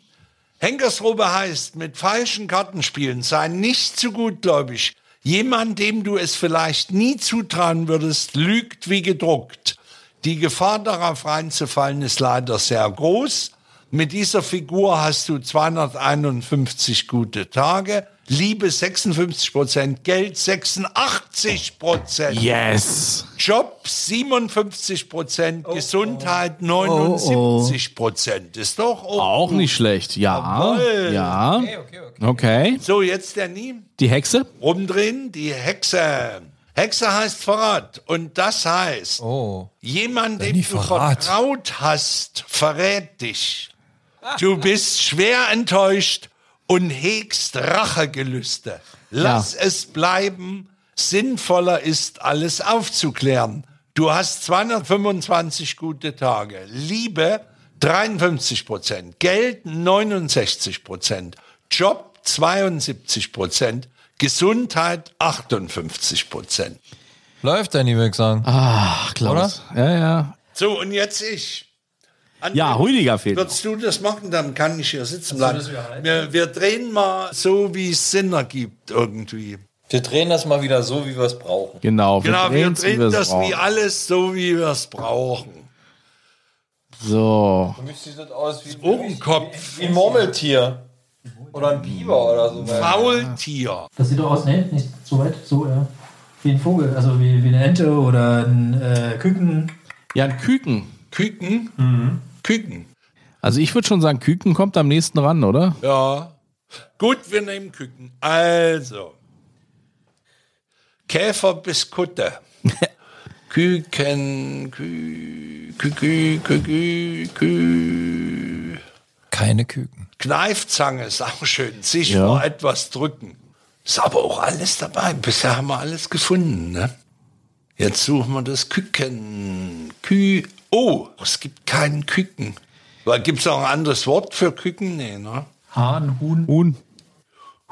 C: Henkersrobe heißt, mit falschen Kartenspielen sei nicht zu gutgläubig. Jemand, dem du es vielleicht nie zutrauen würdest, lügt wie gedruckt. Die Gefahr darauf reinzufallen ist leider sehr groß. Mit dieser Figur hast du 251 gute Tage, Liebe 56%, Geld 86%.
A: Yes.
C: Job 57 Prozent, Gesundheit 79 Prozent. Ist doch okay.
A: Auch nicht schlecht. Ja.
C: Jawohl.
A: Ja. Okay, okay.
C: So, jetzt der Nie.
A: Die Hexe?
C: Rumdrehen, die Hexe. Hexe heißt Verrat. Und das heißt,
B: Oh.
C: jemand, dem
B: nie
C: du
B: Verrat.
C: vertraut hast, verrät dich. Du bist schwer enttäuscht und hegst Rachegelüste. Lass es bleiben. Sinnvoller ist, alles aufzuklären. Du hast 225 gute Tage. Liebe 53 Prozent. Geld 69 Prozent. Job 72 Prozent. Gesundheit 58 Prozent.
B: Läuft Danny, würde ich sagen.
A: Ach, Klaus. Oder? Ja, ja.
C: So, und jetzt ich. André,
A: Ja, Rüdiger fehlt. noch.
C: Würdest du das machen, dann kann ich hier sitzen bleiben. Also wir, wir drehen mal so, wie es Sinn ergibt irgendwie.
B: Wir drehen das mal wieder so, wie wir es brauchen.
A: Genau, wir
C: Genau, wir
A: drehen's, wie
C: drehen
A: wir's
C: das wie
A: brauchen.
C: alles so, wie wir es brauchen.
A: So.
B: Für mich sieht das aus wie,
C: Ohrenkopf,
B: wie ein Murmeltier. Oder ein Biber oder so.
C: Faultier.
G: Das sieht doch aus, ne? Nicht so weit, so, ja. Wie ein Vogel, also wie, wie eine Ente oder ein äh, Küken.
A: Ja, ein Küken.
C: Küken.
A: Mhm.
C: Küken.
A: Also ich würde schon sagen, Küken kommt am nächsten ran, oder?
C: Ja. Gut, wir nehmen Küken. Also. Käfer bis Kutte. Küken, Kü, Kü, Kü, Kü, Kü, Kü.
B: Keine Küken.
C: Kneifzange ist auch schön. Sich
A: Ja.
C: vor etwas drücken. Ist aber auch alles dabei. Bisher haben wir alles gefunden. Ne? Jetzt suchen wir das Küken. Kü. Oh, es gibt keinen Küken. Gibt es auch ein anderes Wort für Küken? Nee, ne?
D: Hahn, Huhn.
A: Huhn.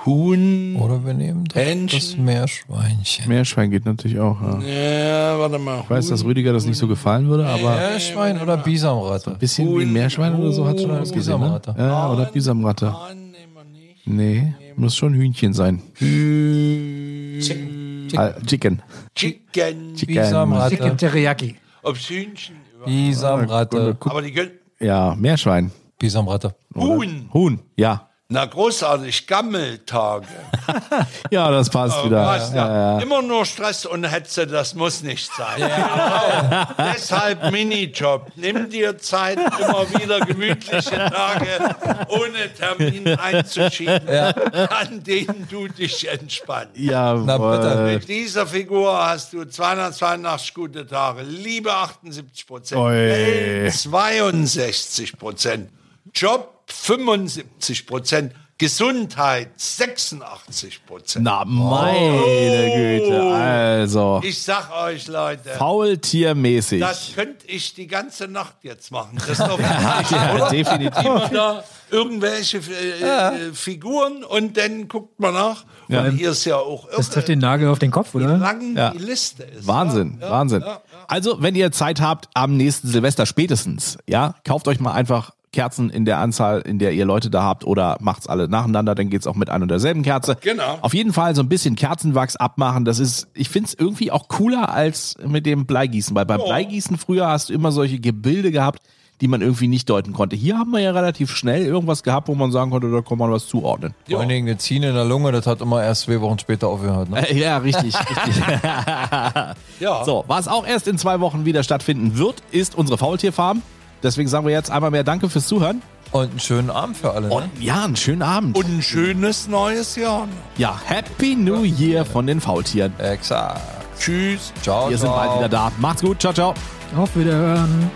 C: Huhn.
B: Oder wir nehmen das, das
C: Hähnchen.
B: Meerschweinchen.
A: Meerschwein geht natürlich auch. Ja. Ich
C: Ja, warte mal.
A: weiß, dass Rüdiger das nicht so gefallen würde, aber ein
B: Meerschwein oder Bisamratte?
A: bisschen wie ein Meerschwein oder so hat schon alles gesehen. Ne?
B: Bisamratte.
A: Ja, oder Bisamratte.
C: Huhn nehmen wir nicht.
A: Nee.
C: nehmen.
A: Muss schon Hühnchen sein.
C: Chicken.
A: Ah, Chicken.
C: Chicken.
A: Chicken.
D: Chicken Teriyaki.
C: Ob's Hühnchen.
B: Bisamratte.
C: Aber die können.
A: Ja, Meerschwein.
B: Bisamratte.
C: Huhn.
A: Huhn, ja.
C: Na großartig, Gammeltage.
A: Ja, das Oh, passt wieder.
C: Weißt du,
A: ja, ja.
C: Immer nur Stress und Hetze, das muss nicht sein. Genau. Deshalb Minijob. Nimm dir Zeit, immer wieder gemütliche Tage ohne Termin einzuschieben, an denen du dich entspannst.
A: Jawohl.
B: Na bitte.
A: Äh,
C: Mit dieser Figur hast du 282 gute Tage. Liebe 78 Prozent.
A: Oi.
C: 62 Prozent. Job 75 Prozent. Gesundheit 86 Prozent.
A: Na, meine Güte. Also,
C: Ich sag euch, Leute,
A: faultiermäßig.
C: das könnte ich die ganze Nacht jetzt machen. Das ist doch wirklich,
A: ja,
C: oder?
A: definitiv.
C: Da irgendwelche äh, äh, Figuren und dann guckt man nach.
A: Ja.
C: Und hier ist ja auch
D: Das trifft
C: irre,
D: den Nagel auf den Kopf,
C: wie
D: oder?
C: lang
A: Ja.
C: die Liste ist.
A: Wahnsinn, Wahnsinn. Also, wenn ihr Zeit habt, am nächsten Silvester spätestens, ja, kauft euch mal einfach Kerzen in der Anzahl, in der ihr Leute da habt oder macht's alle nacheinander, dann geht's auch mit ein und derselben Kerze.
C: Genau.
A: Auf jeden Fall so ein bisschen Kerzenwachs abmachen, das ist, ich find's irgendwie auch cooler als mit dem Bleigießen, weil beim Bleigießen früher hast du immer solche Gebilde gehabt, die man irgendwie nicht deuten konnte. Hier haben wir ja relativ schnell irgendwas gehabt, wo man sagen konnte, da kann man was zuordnen.
B: Vor allen Dingen eine Ziehen in der Lunge, das hat immer erst zwei Wochen später aufgehört. Ne?
A: Äh, Ja, richtig, richtig.
C: Ja.
A: So, was auch erst in zwei Wochen wieder stattfinden wird, ist unsere Faultierfarm. Deswegen sagen wir jetzt einmal mehr Danke fürs Zuhören.
B: Und einen schönen Abend für alle. Ne?
A: Und ja, einen schönen Abend.
C: Und ein schönes neues Jahr.
A: ja, Happy New Year von den Faultieren.
B: Exakt.
C: Tschüss.
B: Ciao,
A: Wir sind
B: ciao.
A: bald wieder da. Macht's gut. Ciao, ciao.
D: Auf Wiederhören.